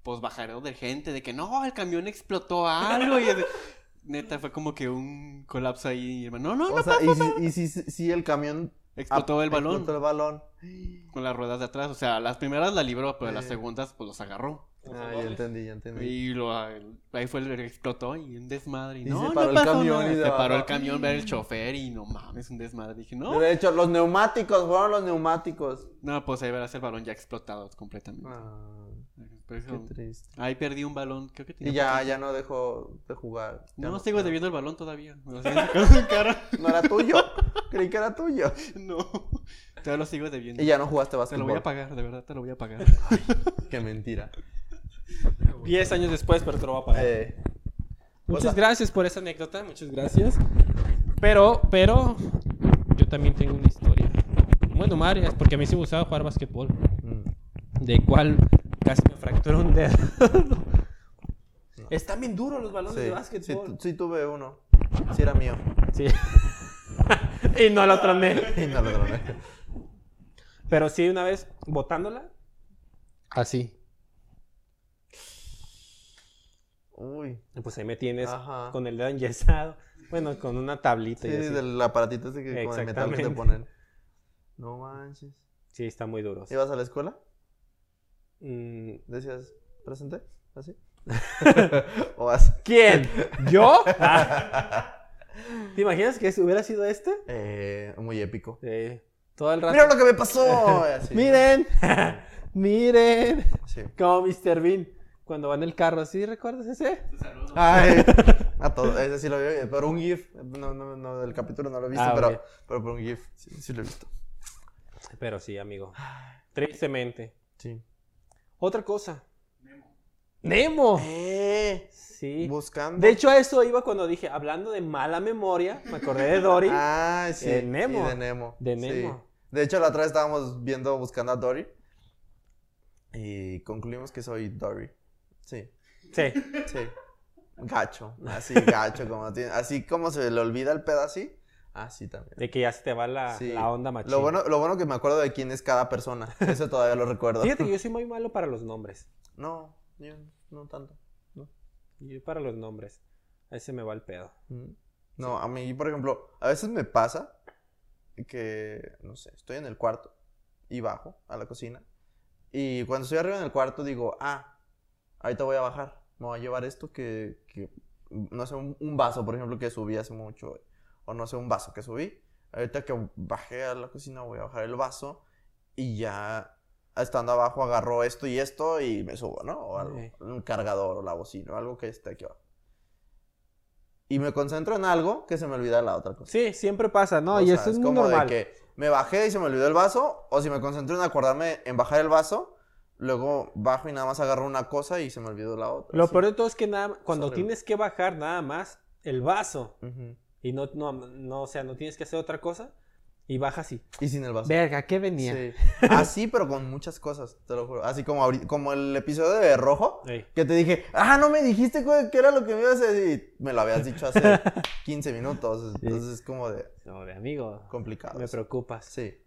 D: pues bajaron de gente, de que no, el camión explotó algo. Y es- [LAUGHS] neta, fue como que un colapso ahí, y hermano, [LAUGHS] no, no,
A: O sea, y si, y si, si el camión
D: explotó el balón
A: Explotó el balón.
D: con las ruedas de atrás, o sea, las primeras la libró, pero las
A: Eh.
D: segundas, pues los agarró.
A: Ah, ya entendí, ya entendí.
D: Y lo, ahí fue el explotó y un desmadre. Y,
A: Y
D: no,
A: se
D: no
A: paró el
D: pasó
A: camión
D: nada.
A: y se
D: se paró
A: bajó.
D: el camión, ver el chofer y no mames, un desmadre. Dije, no,
A: De hecho, los neumáticos, fueron los neumáticos.
D: no, pues ahí verás el balón ya explotado completamente.
A: Ah,
D: Por eso,
A: qué triste.
D: ahí perdí un balón, creo que tenía.
A: Y ya,
D: poquito.
A: ya no dejó de jugar. Ya
D: No, sigo
A: ya
D: debiendo el balón todavía. Me lo siguen
A: [LAUGHS]
D: sacando en cara.
A: No era tuyo. Creí que era tuyo.
D: [LAUGHS] No. Todavía lo sigo debiendo.
A: Y ya no jugaste
D: Te
A: básquetbol.
D: lo voy a pagar, de verdad, te lo voy a pagar.
A: Qué mentira.
B: 10 años después, pero te lo va a pagar.
A: Eh,
B: muchas
A: o sea-
B: gracias por esa anécdota, muchas gracias. Pero, pero, yo también tengo una historia. Bueno, Mario, es porque a mí sí me gustaba jugar básquetbol.
A: mm.
B: De cual casi me fracturó un dedo. [LAUGHS] Están bien duros los balones de
A: Sí, sí,
B: básquetbol.
A: tu- sí tuve uno. Sí era mío. [LAUGHS]
B: Sí. [LAUGHS] y no lo troné.
A: Y no lo troné.
B: Pero sí, una vez botándola. Así.
A: Uy.
B: Pues ahí me tienes
A: Ajá.
B: con el dedo enyesado. Bueno, con una tablita
A: Sí,
B: y así.
A: del aparatito ese que con el metal que te
B: Exactamente. [LAUGHS]
A: ponen. No manches.
B: Sí, está muy duro.
A: ¿Ibas a la escuela?
B: Mm,
A: Decías, ¿presente?
B: [LAUGHS]
A: ¿Así? [LAUGHS] o así.
B: ¿Quién? ¿Yo? Ah, ¿Te imaginas que hubiera sido este?
A: [LAUGHS] Eh, muy épico.
B: Sí. Todo el
A: ¡Mira
B: rato.
A: lo que me
B: [LAUGHS]
A: pasó! Así.
B: ¡Miren! ¡Miren!
A: Sí.
B: Como Mr. Bean. Cuando va en el carro, ¿sí recuerdas ese?
A: Ay, [LAUGHS] a todo, ese sí lo vi, eh, por un GIF. No, no, no, del capítulo no lo he visto,
B: Ah,
A: pero,
B: ok.
A: pero por un GIF sí, sí lo he visto.
B: Pero sí, amigo. Tristemente.
A: Sí.
B: Otra cosa. Nemo. Nemo.
A: Eh,
B: Oh. Sí.
A: buscando.
B: De hecho, a eso iba cuando dije, hablando de mala memoria, me acordé de Dory.
A: Ah, sí.
B: de Nemo.
A: y de Nemo.
B: De
A: sí.
B: Nemo.
A: De hecho, la otra vez estábamos viendo buscando a Dory. Y concluimos que soy Dory. Sí,
B: Sí.
A: sí. Gacho. Así, gacho. como tiene- así como se le olvida el pedo así. Así también.
B: De que ya se te va la,
A: Sí.
B: la onda machín.
A: Lo bueno, lo bueno que me acuerdo de quién es cada persona. Eso todavía lo recuerdo.
B: Fíjate que yo soy muy malo para los nombres.
A: No, yo no tanto.
B: Yo para los nombres. Ahí se me va el pedo.
A: Mm. No, a mí, por ejemplo, a veces me pasa que, no sé, estoy en el cuarto y bajo a la cocina. Y cuando estoy arriba en el cuarto digo, ah, ahorita voy a bajar. Me voy a llevar esto que, que, no sé, un, un vaso, por ejemplo, que subí hace mucho. O no sé, un vaso que subí. Ahorita que bajé a la cocina voy a bajar el vaso. Y ya estando abajo agarro esto y esto y me subo, ¿no? O algo,
B: Ok.
A: un cargador o la bocina o algo que esté aquí abajo. Y me concentro en algo que se me olvida la otra cosa.
B: Sí, siempre pasa, ¿no?
A: O
B: y
A: sea,
B: eso es, muy
A: como
B: normal.
A: de que me bajé y se me olvidó el vaso, o si me concentro en acordarme en bajar el vaso, luego bajo y nada más agarro una cosa y se me olvidó la otra.
B: Lo
A: así.
B: peor de todo es que nada, cuando
A: Sobre-
B: tienes que bajar nada más el vaso
A: Ujú.
B: y no, no, no, o sea, no tienes que hacer otra cosa y bajas y.
A: Y sin el vaso.
B: Verga, ¿qué venía?
A: Sí. Así, pero con muchas cosas, te lo juro. Así como, ahorita- como el episodio de Rojo,
B: Ey.
A: que te dije, ah, no me dijiste güey, qué era lo que me ibas a decir. Y me lo habías dicho
B: [LAUGHS]
A: hace 15 minutos. Entonces es como de
B: No, de amigo,
A: complicado.
B: me
A: eso.
B: preocupas.
A: Sí,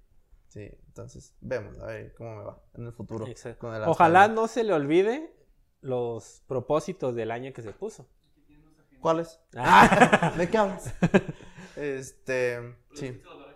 A: sí. Entonces, vemos, a ver cómo me va en el futuro.
B: Exacto.
A: con el
B: Ojalá
A: Arsenal. [LAUGHS]
B: no se le olvide los propósitos del año que se puso. [LAUGHS]
A: ¿Cuáles?
B: Ah.
A: ¿De qué hablas? Este, sí.
C: Luisito lo va a recordar.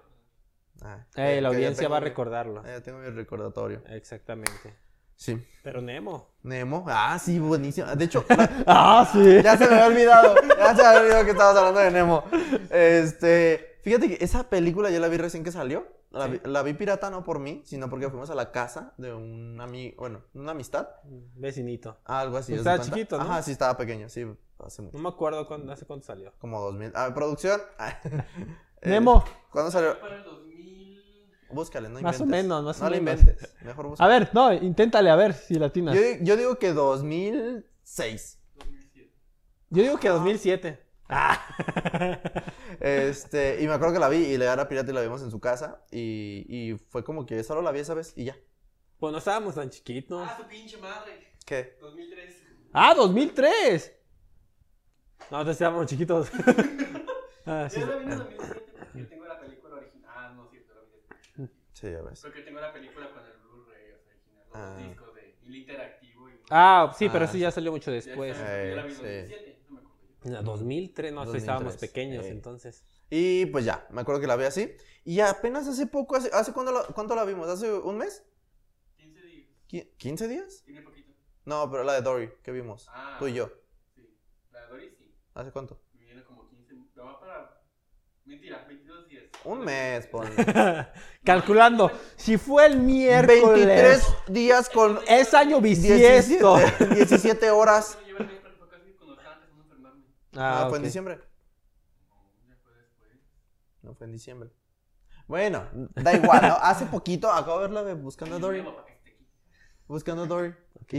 A: Ah,
B: Eh, la
A: ya- Eh. ya
B: audiencia
A: tengo
B: va a
A: mi- Ah,
B: recordarlo.
A: Ya tengo mi recordatorio.
B: Exactamente.
A: Sí.
B: Pero Nemo.
A: Nemo. Ah, sí, buenísimo. De hecho, [LAUGHS] la-
B: Ah, sí.
A: ya se me había olvidado. Ya se me había olvidado que estabas hablando de Nemo. Este, fíjate que esa película yo la vi recién que salió. La, vi, la vi pirata no por mí, sino porque fuimos a la casa de un amigo, bueno, una amistad,
B: Vecinito.
A: algo así.
B: Pues
A: ¿haz de
B: estaba
A: cuenta?
B: chiquito, ¿no?
A: Ajá, sí, estaba pequeño, sí, hace mucho.
B: No me acuerdo cuándo, hace cuánto salió.
A: Como 2000. A ver, producción. [LAUGHS] Eh,
B: Nemo.
A: ¿Cuándo salió?
C: Para el 2000.
A: Búscale, no
B: Más o
A: inventes.
B: menos, más o
A: no le
B: menos.
A: inventes. Mejor
B: A
A: búscale.
B: ver, no, inténtale a ver si latinas.
A: Yo, di- yo digo que 2006.
C: 2007.
B: Yo digo que 2007.
A: Este, y me acuerdo que la vi y le era pirata y la vimos en su casa. Y, y fue como que solo la vi esa vez y ya.
B: Pues no estábamos tan chiquitos.
C: Ah, su pinche madre.
A: ¿Qué?
C: 2003.
B: ¡Ah, 2003! No, entonces estábamos [LAUGHS] chiquitos. Ah, sí.
C: Yo la vi en el 2007 porque yo tengo la película original. Ah, no, cierto, la vi después.
A: Sí, ya ves.
C: Porque tengo la película con el Blu-ray, o sea, original, los
A: Ah.
C: discos de el interactivo y
B: Ah, sí, pero
A: Ah, Eh,
B: eso ya salió mucho después.
C: Ya está, yo la vi en
A: Sí.
C: 2007, no me acuerdo yo.
B: No, 2003, no, sí, estábamos
A: 2003,
B: pequeños
A: eh.
B: entonces.
A: Y pues ya, me acuerdo que la vi así. Y apenas hace poco, ¿hace, hace cuándo la- cuánto la vimos? ¿Hace un mes?
C: 15 días.
A: ¿Qui- ¿15 días?
C: Tiene poquito.
A: No, pero la de Dory que vimos.
C: Ah.
A: Tú y yo.
C: Sí. La Doris sí.
A: ¿Hace cuánto?
C: Me viene como 15. Lo va para. Mentira, 22 días.
B: Eh,
A: Un mes,
B: [LAUGHS]
A: ponle.
B: [LAUGHS] Calculando, si fue el miércoles.
A: 23 días con
B: [LAUGHS] Es
A: [LAUGHS]
B: año bisiesto.
A: 17, 17 horas.
C: Yo llevo el mes para enfocar cuando estaba empezando a enfermarme.
A: Ah,
B: Ah,
A: fue en
B: ok.
A: diciembre.
C: No, ya fue después.
A: No fue en diciembre. Bueno, da igual, ¿no? Hace poquito acabo de verla de Buscando a
C: Yo
A: Dory.
C: llevo para que esté aquí.
A: Buscando a Dory.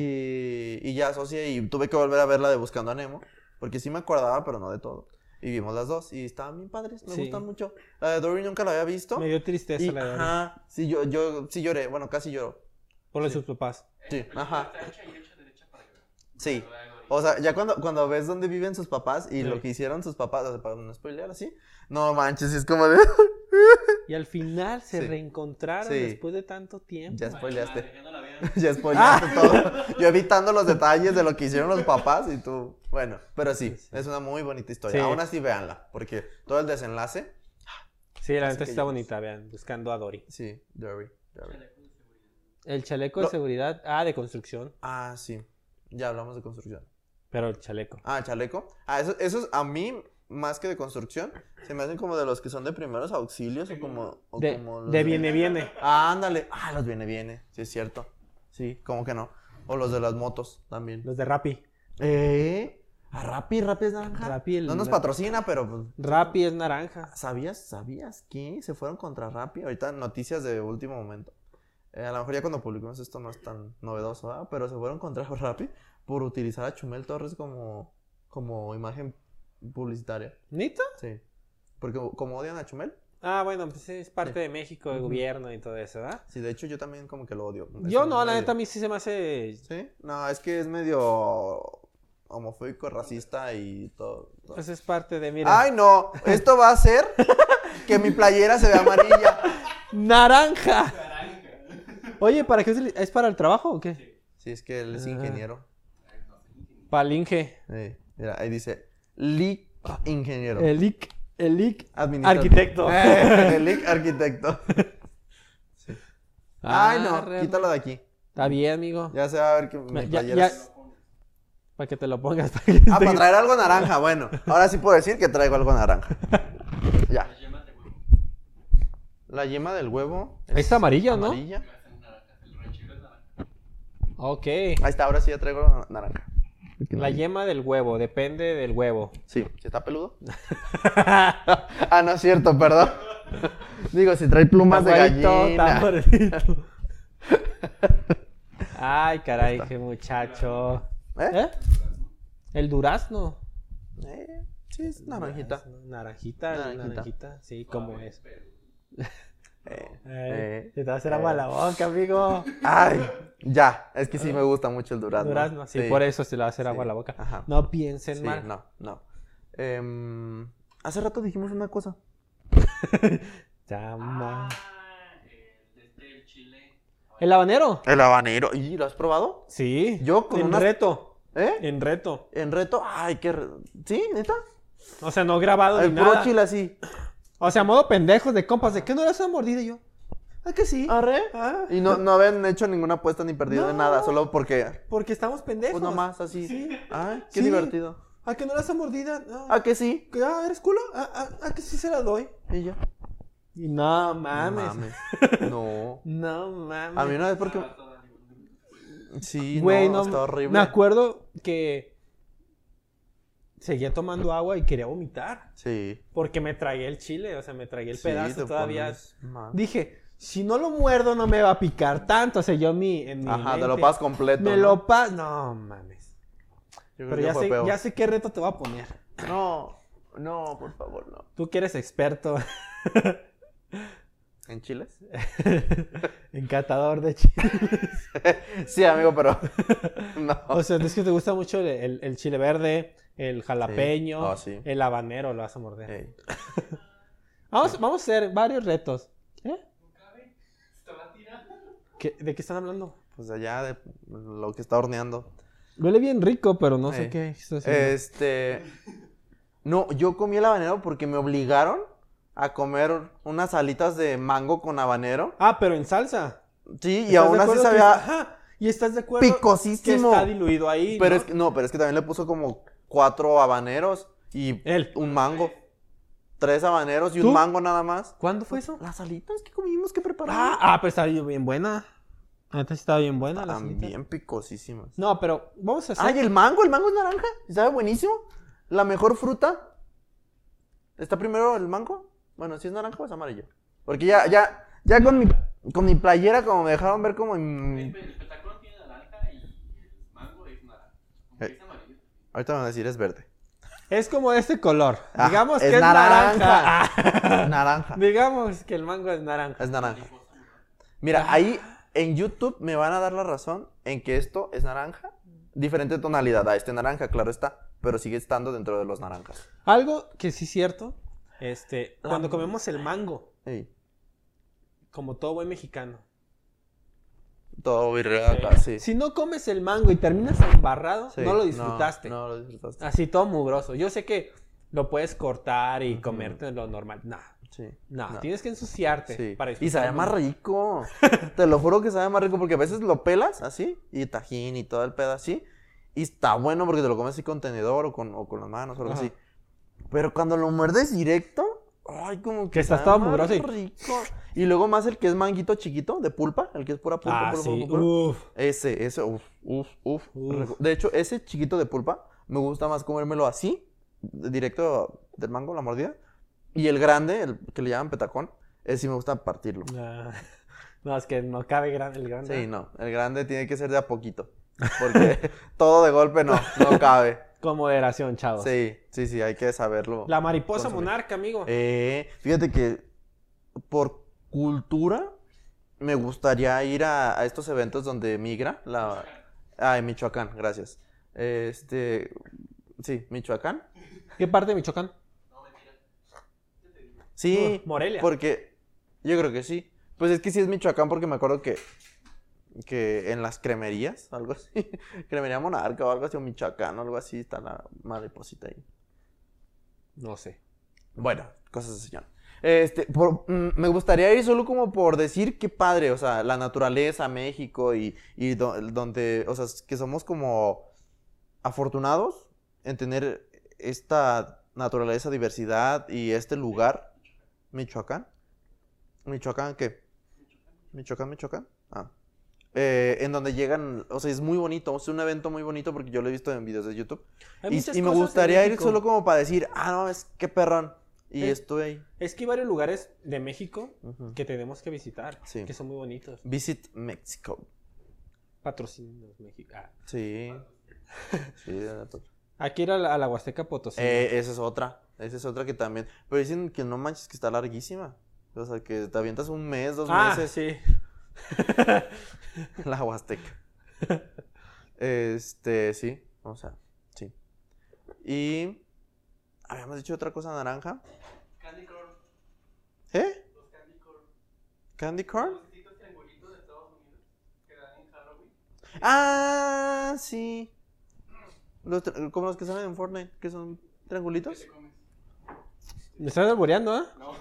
A: Y, y ya asocié y tuve que volver a verla de Buscando a Nemo. Porque sí me acordaba, pero no de todo. Y vimos las dos y estaban bien padres, me
B: Sí.
A: gustan mucho. La de Dory nunca la había visto.
B: Me dio tristeza
A: y,
B: la de Dory,
A: ajá, sí, yo, yo sí lloré, bueno, casi lloro.
B: Por lo de
A: sí.
B: sus papás.
C: Esta
A: Sí,
C: película
A: ajá.
C: Está hecha y hecha derecha para llorar.
A: Sí.
C: La de Dory.
A: O sea, ya cuando, cuando ves dónde viven sus papás y
B: Sí.
A: lo que hicieron sus papás, o sea, para no spoilear así, no manches, es como de...
B: Y al final se
A: Sí.
B: reencontraron
A: Sí,
B: después de tanto tiempo.
A: ya spoileaste.
C: Madre, Ah. ya no la vean.
A: [LAUGHS] Ya spoileaste todo. Yo evitando los detalles de lo que hicieron los papás y tú. Bueno, pero sí,
B: Sí.
A: es una muy bonita historia.
B: Sí.
A: Aún así, véanla, porque todo el desenlace.
B: Sí, la
A: Así
B: neta
A: que
B: sí está
A: ya-
B: bonita, vean, buscando a Dory.
A: Sí, Dory. Dory.
C: Chaleco de seguridad.
B: El chaleco de
A: Lo-
B: seguridad, ah, de construcción,
A: Ah, sí. Ya hablamos de construcción.
B: pero el chaleco.
A: Ah, chaleco. Ah, eso, eso es a mí, más que de construcción, se me hacen como de los que son de primeros auxilios o como. o
B: De,
A: como los
B: de viene, viene.
A: Ah, ándale. Ah, los viene, viene. Sí, es cierto. Sí, como que no. O los de las motos también.
B: Los de Rappi.
A: ¿Eh? ¿A Rappi? ¿Rappi es naranja?
B: Rappi, el-
A: No nos patrocina, pero pues,
B: Rappi es naranja.
A: ¿Sabías, sabías que se fueron contra Rappi? Ahorita noticias de último momento. Eh, a lo mejor ya cuando publicamos esto no es tan novedoso, ¿verdad? pero se fueron contra [LAUGHS] Rappi por utilizar a Chumel Torres como, como imagen publicitaria.
B: ¿Nito?
A: Sí. Porque como odian a Chumel,
B: Ah, bueno, pues es parte
A: Sí.
B: de México, de
A: Ujú.
B: gobierno y todo eso, ¿verdad?
A: sí, de hecho yo también como que lo odio. Es
B: Yo
A: un
B: no, la
A: medio-
B: neta a mí sí se me hace...
A: Sí, no, es que es medio homofóbico, racista y todo. todo.
B: Pues es parte de, mira...
A: Ay, no, esto va a hacer que mi playera se vea amarilla.
B: ¡Naranja!
C: Naranja.
B: Oye, ¿para qué es, el- es para el trabajo o qué?
A: Sí, es que él es
B: Ah.
A: ingeniero.
B: Palinge.
A: Sí, mira, ahí dice LIC ingeniero.
B: El IC. El IC.
A: administrador.
B: arquitecto.
A: Eh, [LAUGHS] el IC arquitecto. Sí.
B: Ah,
A: Ay, no,
B: Arre,
A: quítalo de aquí.
B: Está bien, amigo.
A: Ya se va a ver que
B: Me-
A: mi
B: ya-
A: playera
B: ya-
A: es-
B: Para que te lo pongas. [LAUGHS] para que
A: Ah,
B: te-
A: para traer algo naranja, bueno. Ahora sí puedo decir que traigo algo
B: [LAUGHS]
A: naranja. Ya.
C: La yema de huevo.
A: La yema del huevo.
B: Es amarilla, ¿no?
A: amarilla.
C: Las naranjas, El ranchero es naranja.
B: Ok.
A: Ahí está, ahora sí ya traigo na- naranja.
B: La yema del huevo, depende del huevo.
A: [LAUGHS] Sí, si está peludo. [LAUGHS] ah, no es cierto,
B: [LAUGHS]
A: perdón. Digo, si trae plumas de
B: Tamborito,
A: gallina. [LAUGHS]
B: tamborito. Ay, caray,
A: Está.
B: qué muchacho.
A: ¿Eh?
B: ¿Eh? El durazno.
A: Eh, Sí, es naranjita.
B: Durazno, Naranjita, naranjita,
A: Naranjita. Ah,
B: sí, como es. [LAUGHS]
A: Eh,
B: Ay,
A: Eh,
B: se te va a hacer
A: eh.
B: agua la boca, amigo.
A: Ay, ya, es que sí me gusta mucho el durazno.
B: Durazno, sí, por eso se le va a hacer
A: sí,
B: agua a la boca.
A: ajá.
B: No piensen
A: Sí,
B: mal.
A: no, no. Em, hace rato dijimos una cosa.
B: Chama.
C: Ah, el, este, el chile.
B: ¿El habanero?
A: El habanero. ¿Y lo has probado?
B: Sí.
A: Yo con
B: un
A: unas-
B: reto.
A: ¿Eh?
B: En reto.
A: En reto, ay, qué. re- ¿Sí, neta?
B: O sea, no grabado ni
A: El puro
B: nada.
A: chile así.
B: O sea, modo pendejos de compas, de que no le hacen mordida Y yo. Ah, que sí.
A: ¿Arre?
B: Ah.
A: Y no, no habían hecho ninguna apuesta ni perdido de
B: No.
A: nada, solo porque.
B: Porque estamos pendejos.
A: Pues nomás, así.
B: Sí.
A: Ay, qué
B: Sí.
A: divertido.
B: ¿A que no le hacen mordida? No.
A: ¿A que sí?
B: Que, Ah, ¿eres culo? Ah, ah, ah, que sí se la doy.
A: Y ya.
B: Y no
A: No
B: mames.
A: mames. No.
B: No mames.
A: A mí una vez porque. Sí,
B: Güey,
A: no,
B: no,
A: está horrible.
B: Me acuerdo que seguía tomando agua y quería vomitar.
A: Sí.
B: Porque me tragué el chile, o sea, me tragué el
A: sí,
B: pedazo
A: te
B: todavía.
A: pones mal.
B: Dije, si no lo muerdo no me va a picar tanto. O sea, yo mi, en mi
A: Ajá, te
B: mente,
A: lo pasas completo.
B: Me
A: ¿no?
B: lo pas... No, mames.
A: Yo creo
B: Pero
A: que
B: ya
A: fue
B: sé,
A: peor.
B: ya sé qué reto te voy a poner.
A: No, no, por favor, no.
B: Tú que eres experto [LAUGHS]
A: ¿En chiles?
B: en catador de chile.
A: [LAUGHS] Sí, amigo, pero. [LAUGHS] No.
B: O sea, es que te gusta mucho el, el- el chile verde, el jalapeño,
A: Ah, sí.
B: el habanero, lo vas a morder.
A: Ey.
B: Vamos, vamos a hacer varios retos. ¿Eh?
C: Está la tira.
B: ¿Qué- ¿De qué están hablando?
A: Pues allá de lo que está horneando.
B: Huele bien rico, pero no sé
A: Ey.
B: qué está haciendo.
A: Este. No, yo comí el habanero porque me obligaron a comer unas alitas de mango con habanero.
B: Ah, pero en salsa.
A: Sí, y
B: ¿Estás
A: aún
B: de
A: así
B: acuerdo que-
A: sabía
B: Ajá, Y estás de acuerdo que
A: picosísimo.
B: está diluido ahí.
A: Pero
B: ¿no?
A: es que, no, pero es que también le puso como cuatro habaneros y
B: Él.
A: un mango. Tres habaneros y
B: ¿Tú?
A: un mango nada más.
B: ¿Cuándo fue eso?
A: Las alitas que comimos que
B: Ah,
A: preparamos. Ah,
B: ah, pero estaba bien buena. Antes estaba bien buena la salsita.
A: También picosísimas.
B: No, pero vamos a hacer.
A: Ay, el mango, el mango es naranja. Sabe buenísimo. La mejor fruta. Está primero el mango. Bueno, si es naranja o es amarillo. Porque ya, ya, ya con mi, con mi playera, como me dejaron ver como en...
C: El espectáculo tiene naranja y el mango es naranja. Aunque
A: Eh.
C: es amarillo.
A: Ahorita me van a decir es verde.
B: Es como de este color.
A: Ah,
B: Digamos
A: es
B: que es naranja. Ah.
A: [LAUGHS] Naranja.
B: Digamos que el mango es naranja.
A: Es naranja. Mira,
B: Ah.
A: ahí en YouTube me van a dar la razón en que esto es naranja. Diferente tonalidad a este naranja, claro está. Pero sigue estando dentro de los naranjas.
B: Algo que sí es cierto. Este,
A: Ah.
B: cuando comemos el mango,
A: Ey,
B: como todo buen mexicano. eh,
A: todo virreal, casi.
B: Si no comes el mango y terminas embarrado,
A: Ah, Sí,
B: no lo disfrutaste.
A: No, lo disfrutaste.
B: Así todo mugroso. Yo sé que lo puedes cortar y
A: Ujú.
B: comerte lo normal. No,
A: Sí.
B: no,
A: No.
B: tienes que ensuciarte
A: Sí.
B: para
A: Y sabe
B: disfrutarlo.
A: más rico.
B: [LAUGHS]
A: Te lo juro que sabe más rico porque a veces lo pelas así y tajín y todo el pedo así. Y está bueno porque te lo comes así con tenedor o con, o con las manos o algo
B: Ajá.
A: así. Pero cuando lo muerdes directo, ay, como que.
B: Que estás
A: sabe
B: todo
A: más
B: mugroso y-
A: rico. Y luego más el que es manguito chiquito de pulpa, el que es pura pulpa.
B: Ah,
A: pulpa,
B: sí.
A: pulpa, pulpa.
B: Uf.
A: Ese, ese, uff, uff, uff.
B: Uf.
A: rico. De hecho, ese chiquito de pulpa me gusta más comérmelo así, directo del mango, la mordida. Y el grande, el que le llaman petacón, ese sí me gusta partirlo.
B: No. No, es que no cabe gran- el grande.
A: Sí, no, el grande tiene que ser de a poquito. Porque [LAUGHS] todo de golpe no, no
B: [LAUGHS]
A: cabe.
B: Con moderación, chavos.
A: Sí, sí, sí, hay que saberlo.
B: La mariposa
A: Consumir.
B: monarca, amigo.
A: Eh, fíjate que por cultura me gustaría ir a, a estos eventos donde migra la... Ah, en Michoacán, gracias. Este, sí, Michoacán.
B: ¿Qué parte de Michoacán?
A: Sí,
B: Uh, Morelia.
A: porque yo creo que sí. Pues es que sí es Michoacán porque me acuerdo que, que en las cremerías, algo así, [LAUGHS] cremería Monarca o algo así, o Michoacán o algo así, está la mariposita ahí.
B: No sé.
A: Bueno, cosas así. ¿no? Este, por- mm, me gustaría ir solo como por decir qué padre, o sea, la naturaleza, México y, y do- donde, o sea, que somos como afortunados en tener esta naturaleza, diversidad y este lugar, Michoacán. Michoacán, ¿qué? Michoacán, Michoacán. Ah. Eh, en donde llegan, o sea, es muy bonito, es un evento muy bonito porque yo lo he visto en videos de YouTube.
B: Hay
A: Y,
B: muchas
A: y me
B: cosas en
A: gustaría ir
B: México.
A: solo como para decir, ah, no, es que perrón. Y
B: Eh.
A: estuve ahí.
B: Es que hay varios lugares de México
A: Ujú.
B: que tenemos que visitar,
A: Sí.
B: que son muy bonitos.
A: Visit Mexico.
B: Patrocinios México. Ah.
A: Sí.
B: [LAUGHS]
A: Sí, de la to-
B: Hay que ir a la, a la Huasteca Potosí.
A: Eh, esa es otra. Esa es otra que también. Pero dicen que no manches, que está larguísima. O sea, que te avientas un mes, dos
B: ah,
A: meses.
B: sí.
A: [LAUGHS] La Huasteca. Este, sí. O sea, sí. Y. Habíamos dicho otra cosa naranja.
C: Candy corn.
A: ¿Eh?
C: Los candy corn.
A: ¿Candy corn?
C: Los distintos triangulitos de Estados Unidos que dan en Halloween.
A: Ah, sí. Los tra- como los que salen en Fortnite, que son triangulitos.
B: Me estás alboreando, ¿ah?
D: No,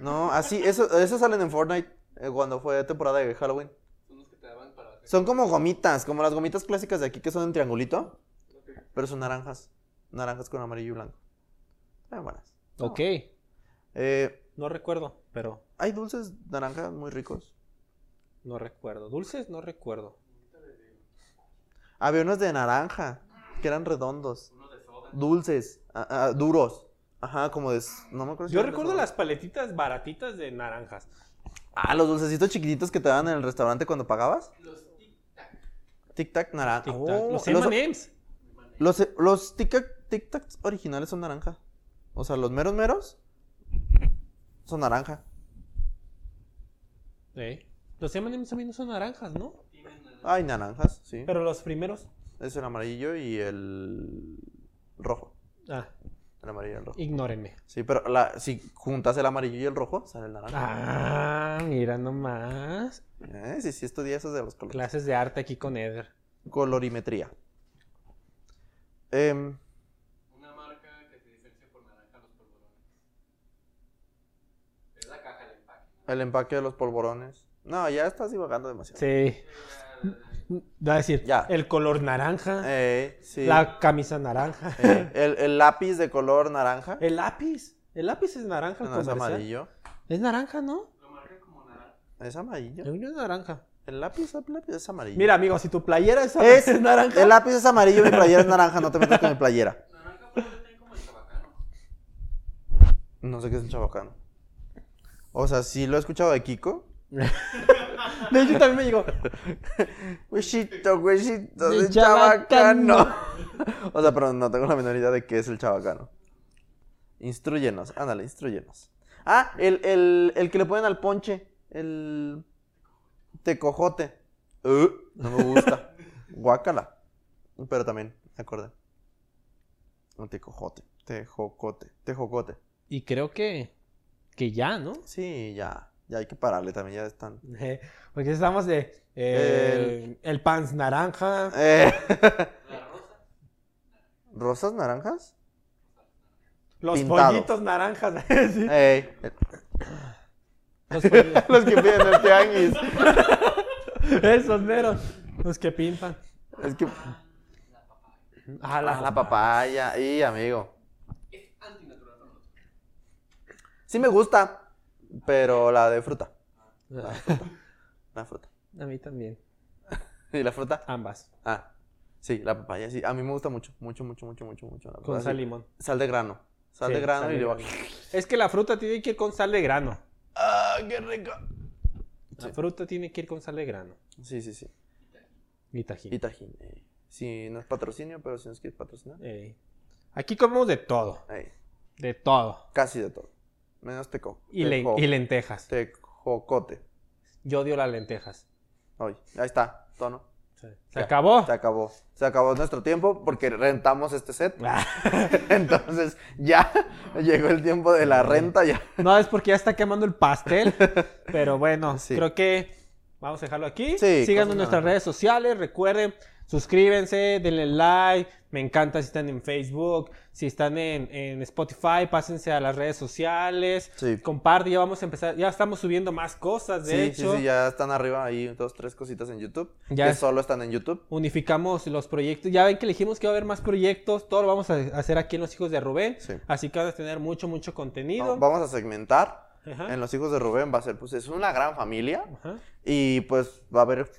A: No, así, eso, esos salen en Fortnite eh, cuando fue temporada de Halloween.
D: son los que te daban para...
A: Son como gomitas, como las gomitas clásicas de aquí que son en triangulito, pero son naranjas. Naranjas con amarillo y blanco. Están buenas.
B: Ok.
A: Eh,
B: No recuerdo, pero
A: hay dulces naranjas muy ricos.
B: no recuerdo. Dulces, no recuerdo.
A: Había unos de naranja, que eran redondos,
C: Uno de soda.
A: dulces, ah, ah, duros. Ajá, como de... s- No me acuerdo. si
B: Yo
A: eran de
B: recuerdo
A: soda.
B: las paletitas baratitas de naranjas.
A: Ah, los dulcecitos chiquititos que te daban en el restaurante cuando pagabas.
C: Los tic tac.
A: Tic Tac naranja.
B: Tic-tac.
A: Oh,
B: Ah, los
A: los,
B: M&M's.
A: los, eh, los Tic Tac Tic Tacs originales son naranja. O sea, los meros meros son naranja.
B: Eh. Los M&M's también no son naranjas, ¿no?
C: Tienen el-
A: Hay naranjas, sí.
B: Pero los primeros...
A: Es el amarillo y el rojo.
B: Ah,
A: El amarillo y el rojo.
B: ignórenme.
A: Sí, pero la, si juntas el amarillo y el rojo, sale el naranja.
B: Ah, mira nomás.
A: Eh, Sí, sí, estudié eso de los colores.
B: Clases de arte aquí con Eder.
A: Colorimetría. Em,
C: Una marca que se diferencia por naranja los polvorones. Es la caja del empaque.
A: el empaque de los polvorones. No, ya estás divagando demasiado.
B: Sí. Va a decir,
A: Ya.
B: el color naranja,
A: Eh, sí.
B: la camisa naranja,
A: Eh, el, el lápiz de color naranja.
B: el lápiz. El lápiz es naranja, el
A: No, es
B: Eh, comercial.
A: amarillo.
B: Es naranja, ¿no?
C: Lo marcan como naranja.
A: Es amarillo.
B: El mío es naranja.
A: El lápiz, el lápiz es amarillo.
B: Mira, amigo, si tu playera es,
A: Es-
B: [LAUGHS] naranja.
A: El lápiz es amarillo, mi playera es naranja. No te metas con mi playera.
C: Naranja puede tener como el tabacano.
A: No sé qué es un chabacano. O sea, sí lo he escuchado de Kiko.
B: De hecho, también me llegó.
A: Huesito, huesito
B: Del
A: de chabacano. O sea, pero no tengo la menor idea de qué es el chabacano. Instruyenos, ándale, instruyenos. Ah, el, el, el que le ponen al ponche, el tecojote. Uh, no me gusta. Guácala. Pero también, me acordé. Un tecojote, tejocote, tejocote.
B: Y creo que, que ya, ¿no?
A: Sí, ya, ya hay que pararle también, ya están.
B: Eh, Porque estamos de eh, el, pants naranja.
A: Eh,
C: La rosa.
A: ¿Rosas naranjas?
B: Los
A: Pintado.
B: pollitos naranjas. [LAUGHS] sí.
A: Ey,
B: Los pollitos.
A: los que piden el tianguis.
B: Esos meros. Los que pintan.
A: Es que.
C: La papaya.
B: Ah,
A: La, la papaya. Y, amigo.
C: Es antinatural para nosotros.
A: Sí me gusta, pero la de fruta. La fruta. La fruta. [LAUGHS]
B: A mí también.
A: ¿Y la fruta?
B: Ambas.
A: Ah. Sí, la papaya, sí. A mí me gusta mucho, mucho, mucho, mucho, mucho, mucho. la
B: Con
A: verdad,
B: sal
A: Pues sí.
B: limón.
A: Sal de grano. Sal
B: Sí,
A: de grano
B: sal
A: y
B: de
A: le va.
B: grano. Es que la fruta tiene que ir con sal de grano.
A: ¡Ah, qué rico!
B: La
A: Sí.
B: fruta tiene que ir con sal de grano.
A: Sí, sí, sí.
B: Y tajín.
A: Y tajín. eh. Sí, no es patrocinio, pero si nos quieres patrocinar.
B: Ey. Aquí comemos de todo.
A: eh,
B: De todo.
A: Casi de todo. Menos teco.
B: Y, len-
A: tejo-
B: y lentejas.
A: Tejocote.
B: Yo odio las lentejas.
A: Ay, ahí está, tono.
B: Se
A: Ya,
B: acabó.
A: Se acabó. Se acabó nuestro tiempo porque rentamos este [LAUGHS] set.
B: Ah,
A: Entonces, ya llegó el tiempo de la renta. Ya.
B: No, es porque ya está quemando el
A: [LAUGHS]
B: pastel. Pero bueno,
A: Sí.
B: creo que vamos a dejarlo aquí.
A: Sí,
B: Síganos
A: cosas
B: en nuestras
A: naranjas.
B: redes sociales. Recuerden, suscríbanse, denle like. Me encanta si están en Facebook, si están en, en Spotify, pásense a las redes sociales.
A: Sí.
B: Comparte, ya vamos a empezar. Ya estamos subiendo más cosas, de
A: sí,
B: hecho.
A: sí, sí, ya están arriba ahí dos, tres cositas en YouTube.
B: Ya
A: que
B: es-
A: solo están en YouTube.
B: unificamos los proyectos. Ya ven que elegimos que va a haber más proyectos. Todo lo vamos a hacer aquí en Los Hijos de Rubén.
A: Sí.
B: Así que van a tener mucho, mucho contenido.
A: Vamos a segmentar.
B: Ajá.
A: En Los Hijos de Rubén va a ser, pues es una gran familia.
B: Ajá.
A: Y pues va a haber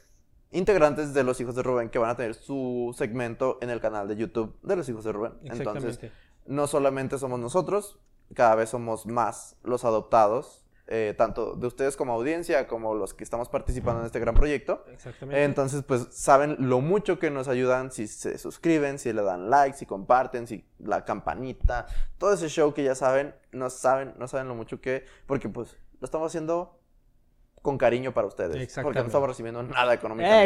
A: integrantes de Los Hijos de Rubén que van a tener su segmento en el canal de YouTube de Los Hijos de Rubén. Entonces,
B: Exactamente.
A: no solamente somos nosotros, cada vez somos más los adoptados, eh, tanto de ustedes como audiencia, como los que estamos participando en este gran proyecto.
B: Exactamente.
A: Entonces, pues saben lo mucho que nos ayudan si se suscriben, si le dan like, si comparten, si la campanita, todo ese show que ya saben, no saben, no saben lo mucho que, porque pues lo estamos haciendo con cariño para ustedes, porque no
B: Exactamente.
A: estamos recibiendo nada económicamente.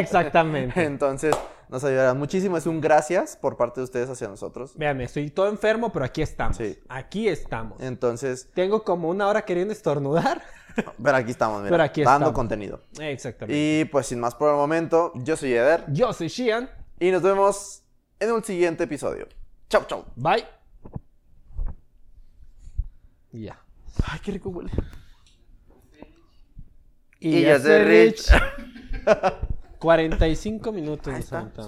A: [LAUGHS]
B: Exactamente.
A: Entonces, nos ayudarán muchísimo, es un gracias por parte de ustedes hacia nosotros.
B: Vean, estoy todo enfermo, pero aquí estamos.
A: Sí.
B: Aquí estamos.
A: Entonces,
B: Tengo como una hora queriendo estornudar. [LAUGHS]
A: Pero aquí estamos, mira,
B: Pero aquí
A: dando
B: estamos.
A: contenido.
B: Exactamente.
A: Y pues sin más por el momento, yo soy Eder
B: Yo soy Shian.
A: y nos vemos en un siguiente episodio. Chau, chau.
B: Bye. Y ya.
A: Ay, qué rico huele.
B: [LAUGHS] Y, ya se rich. 45 minutos.
A: Ahí
B: nos
A: está.
B: aventamos.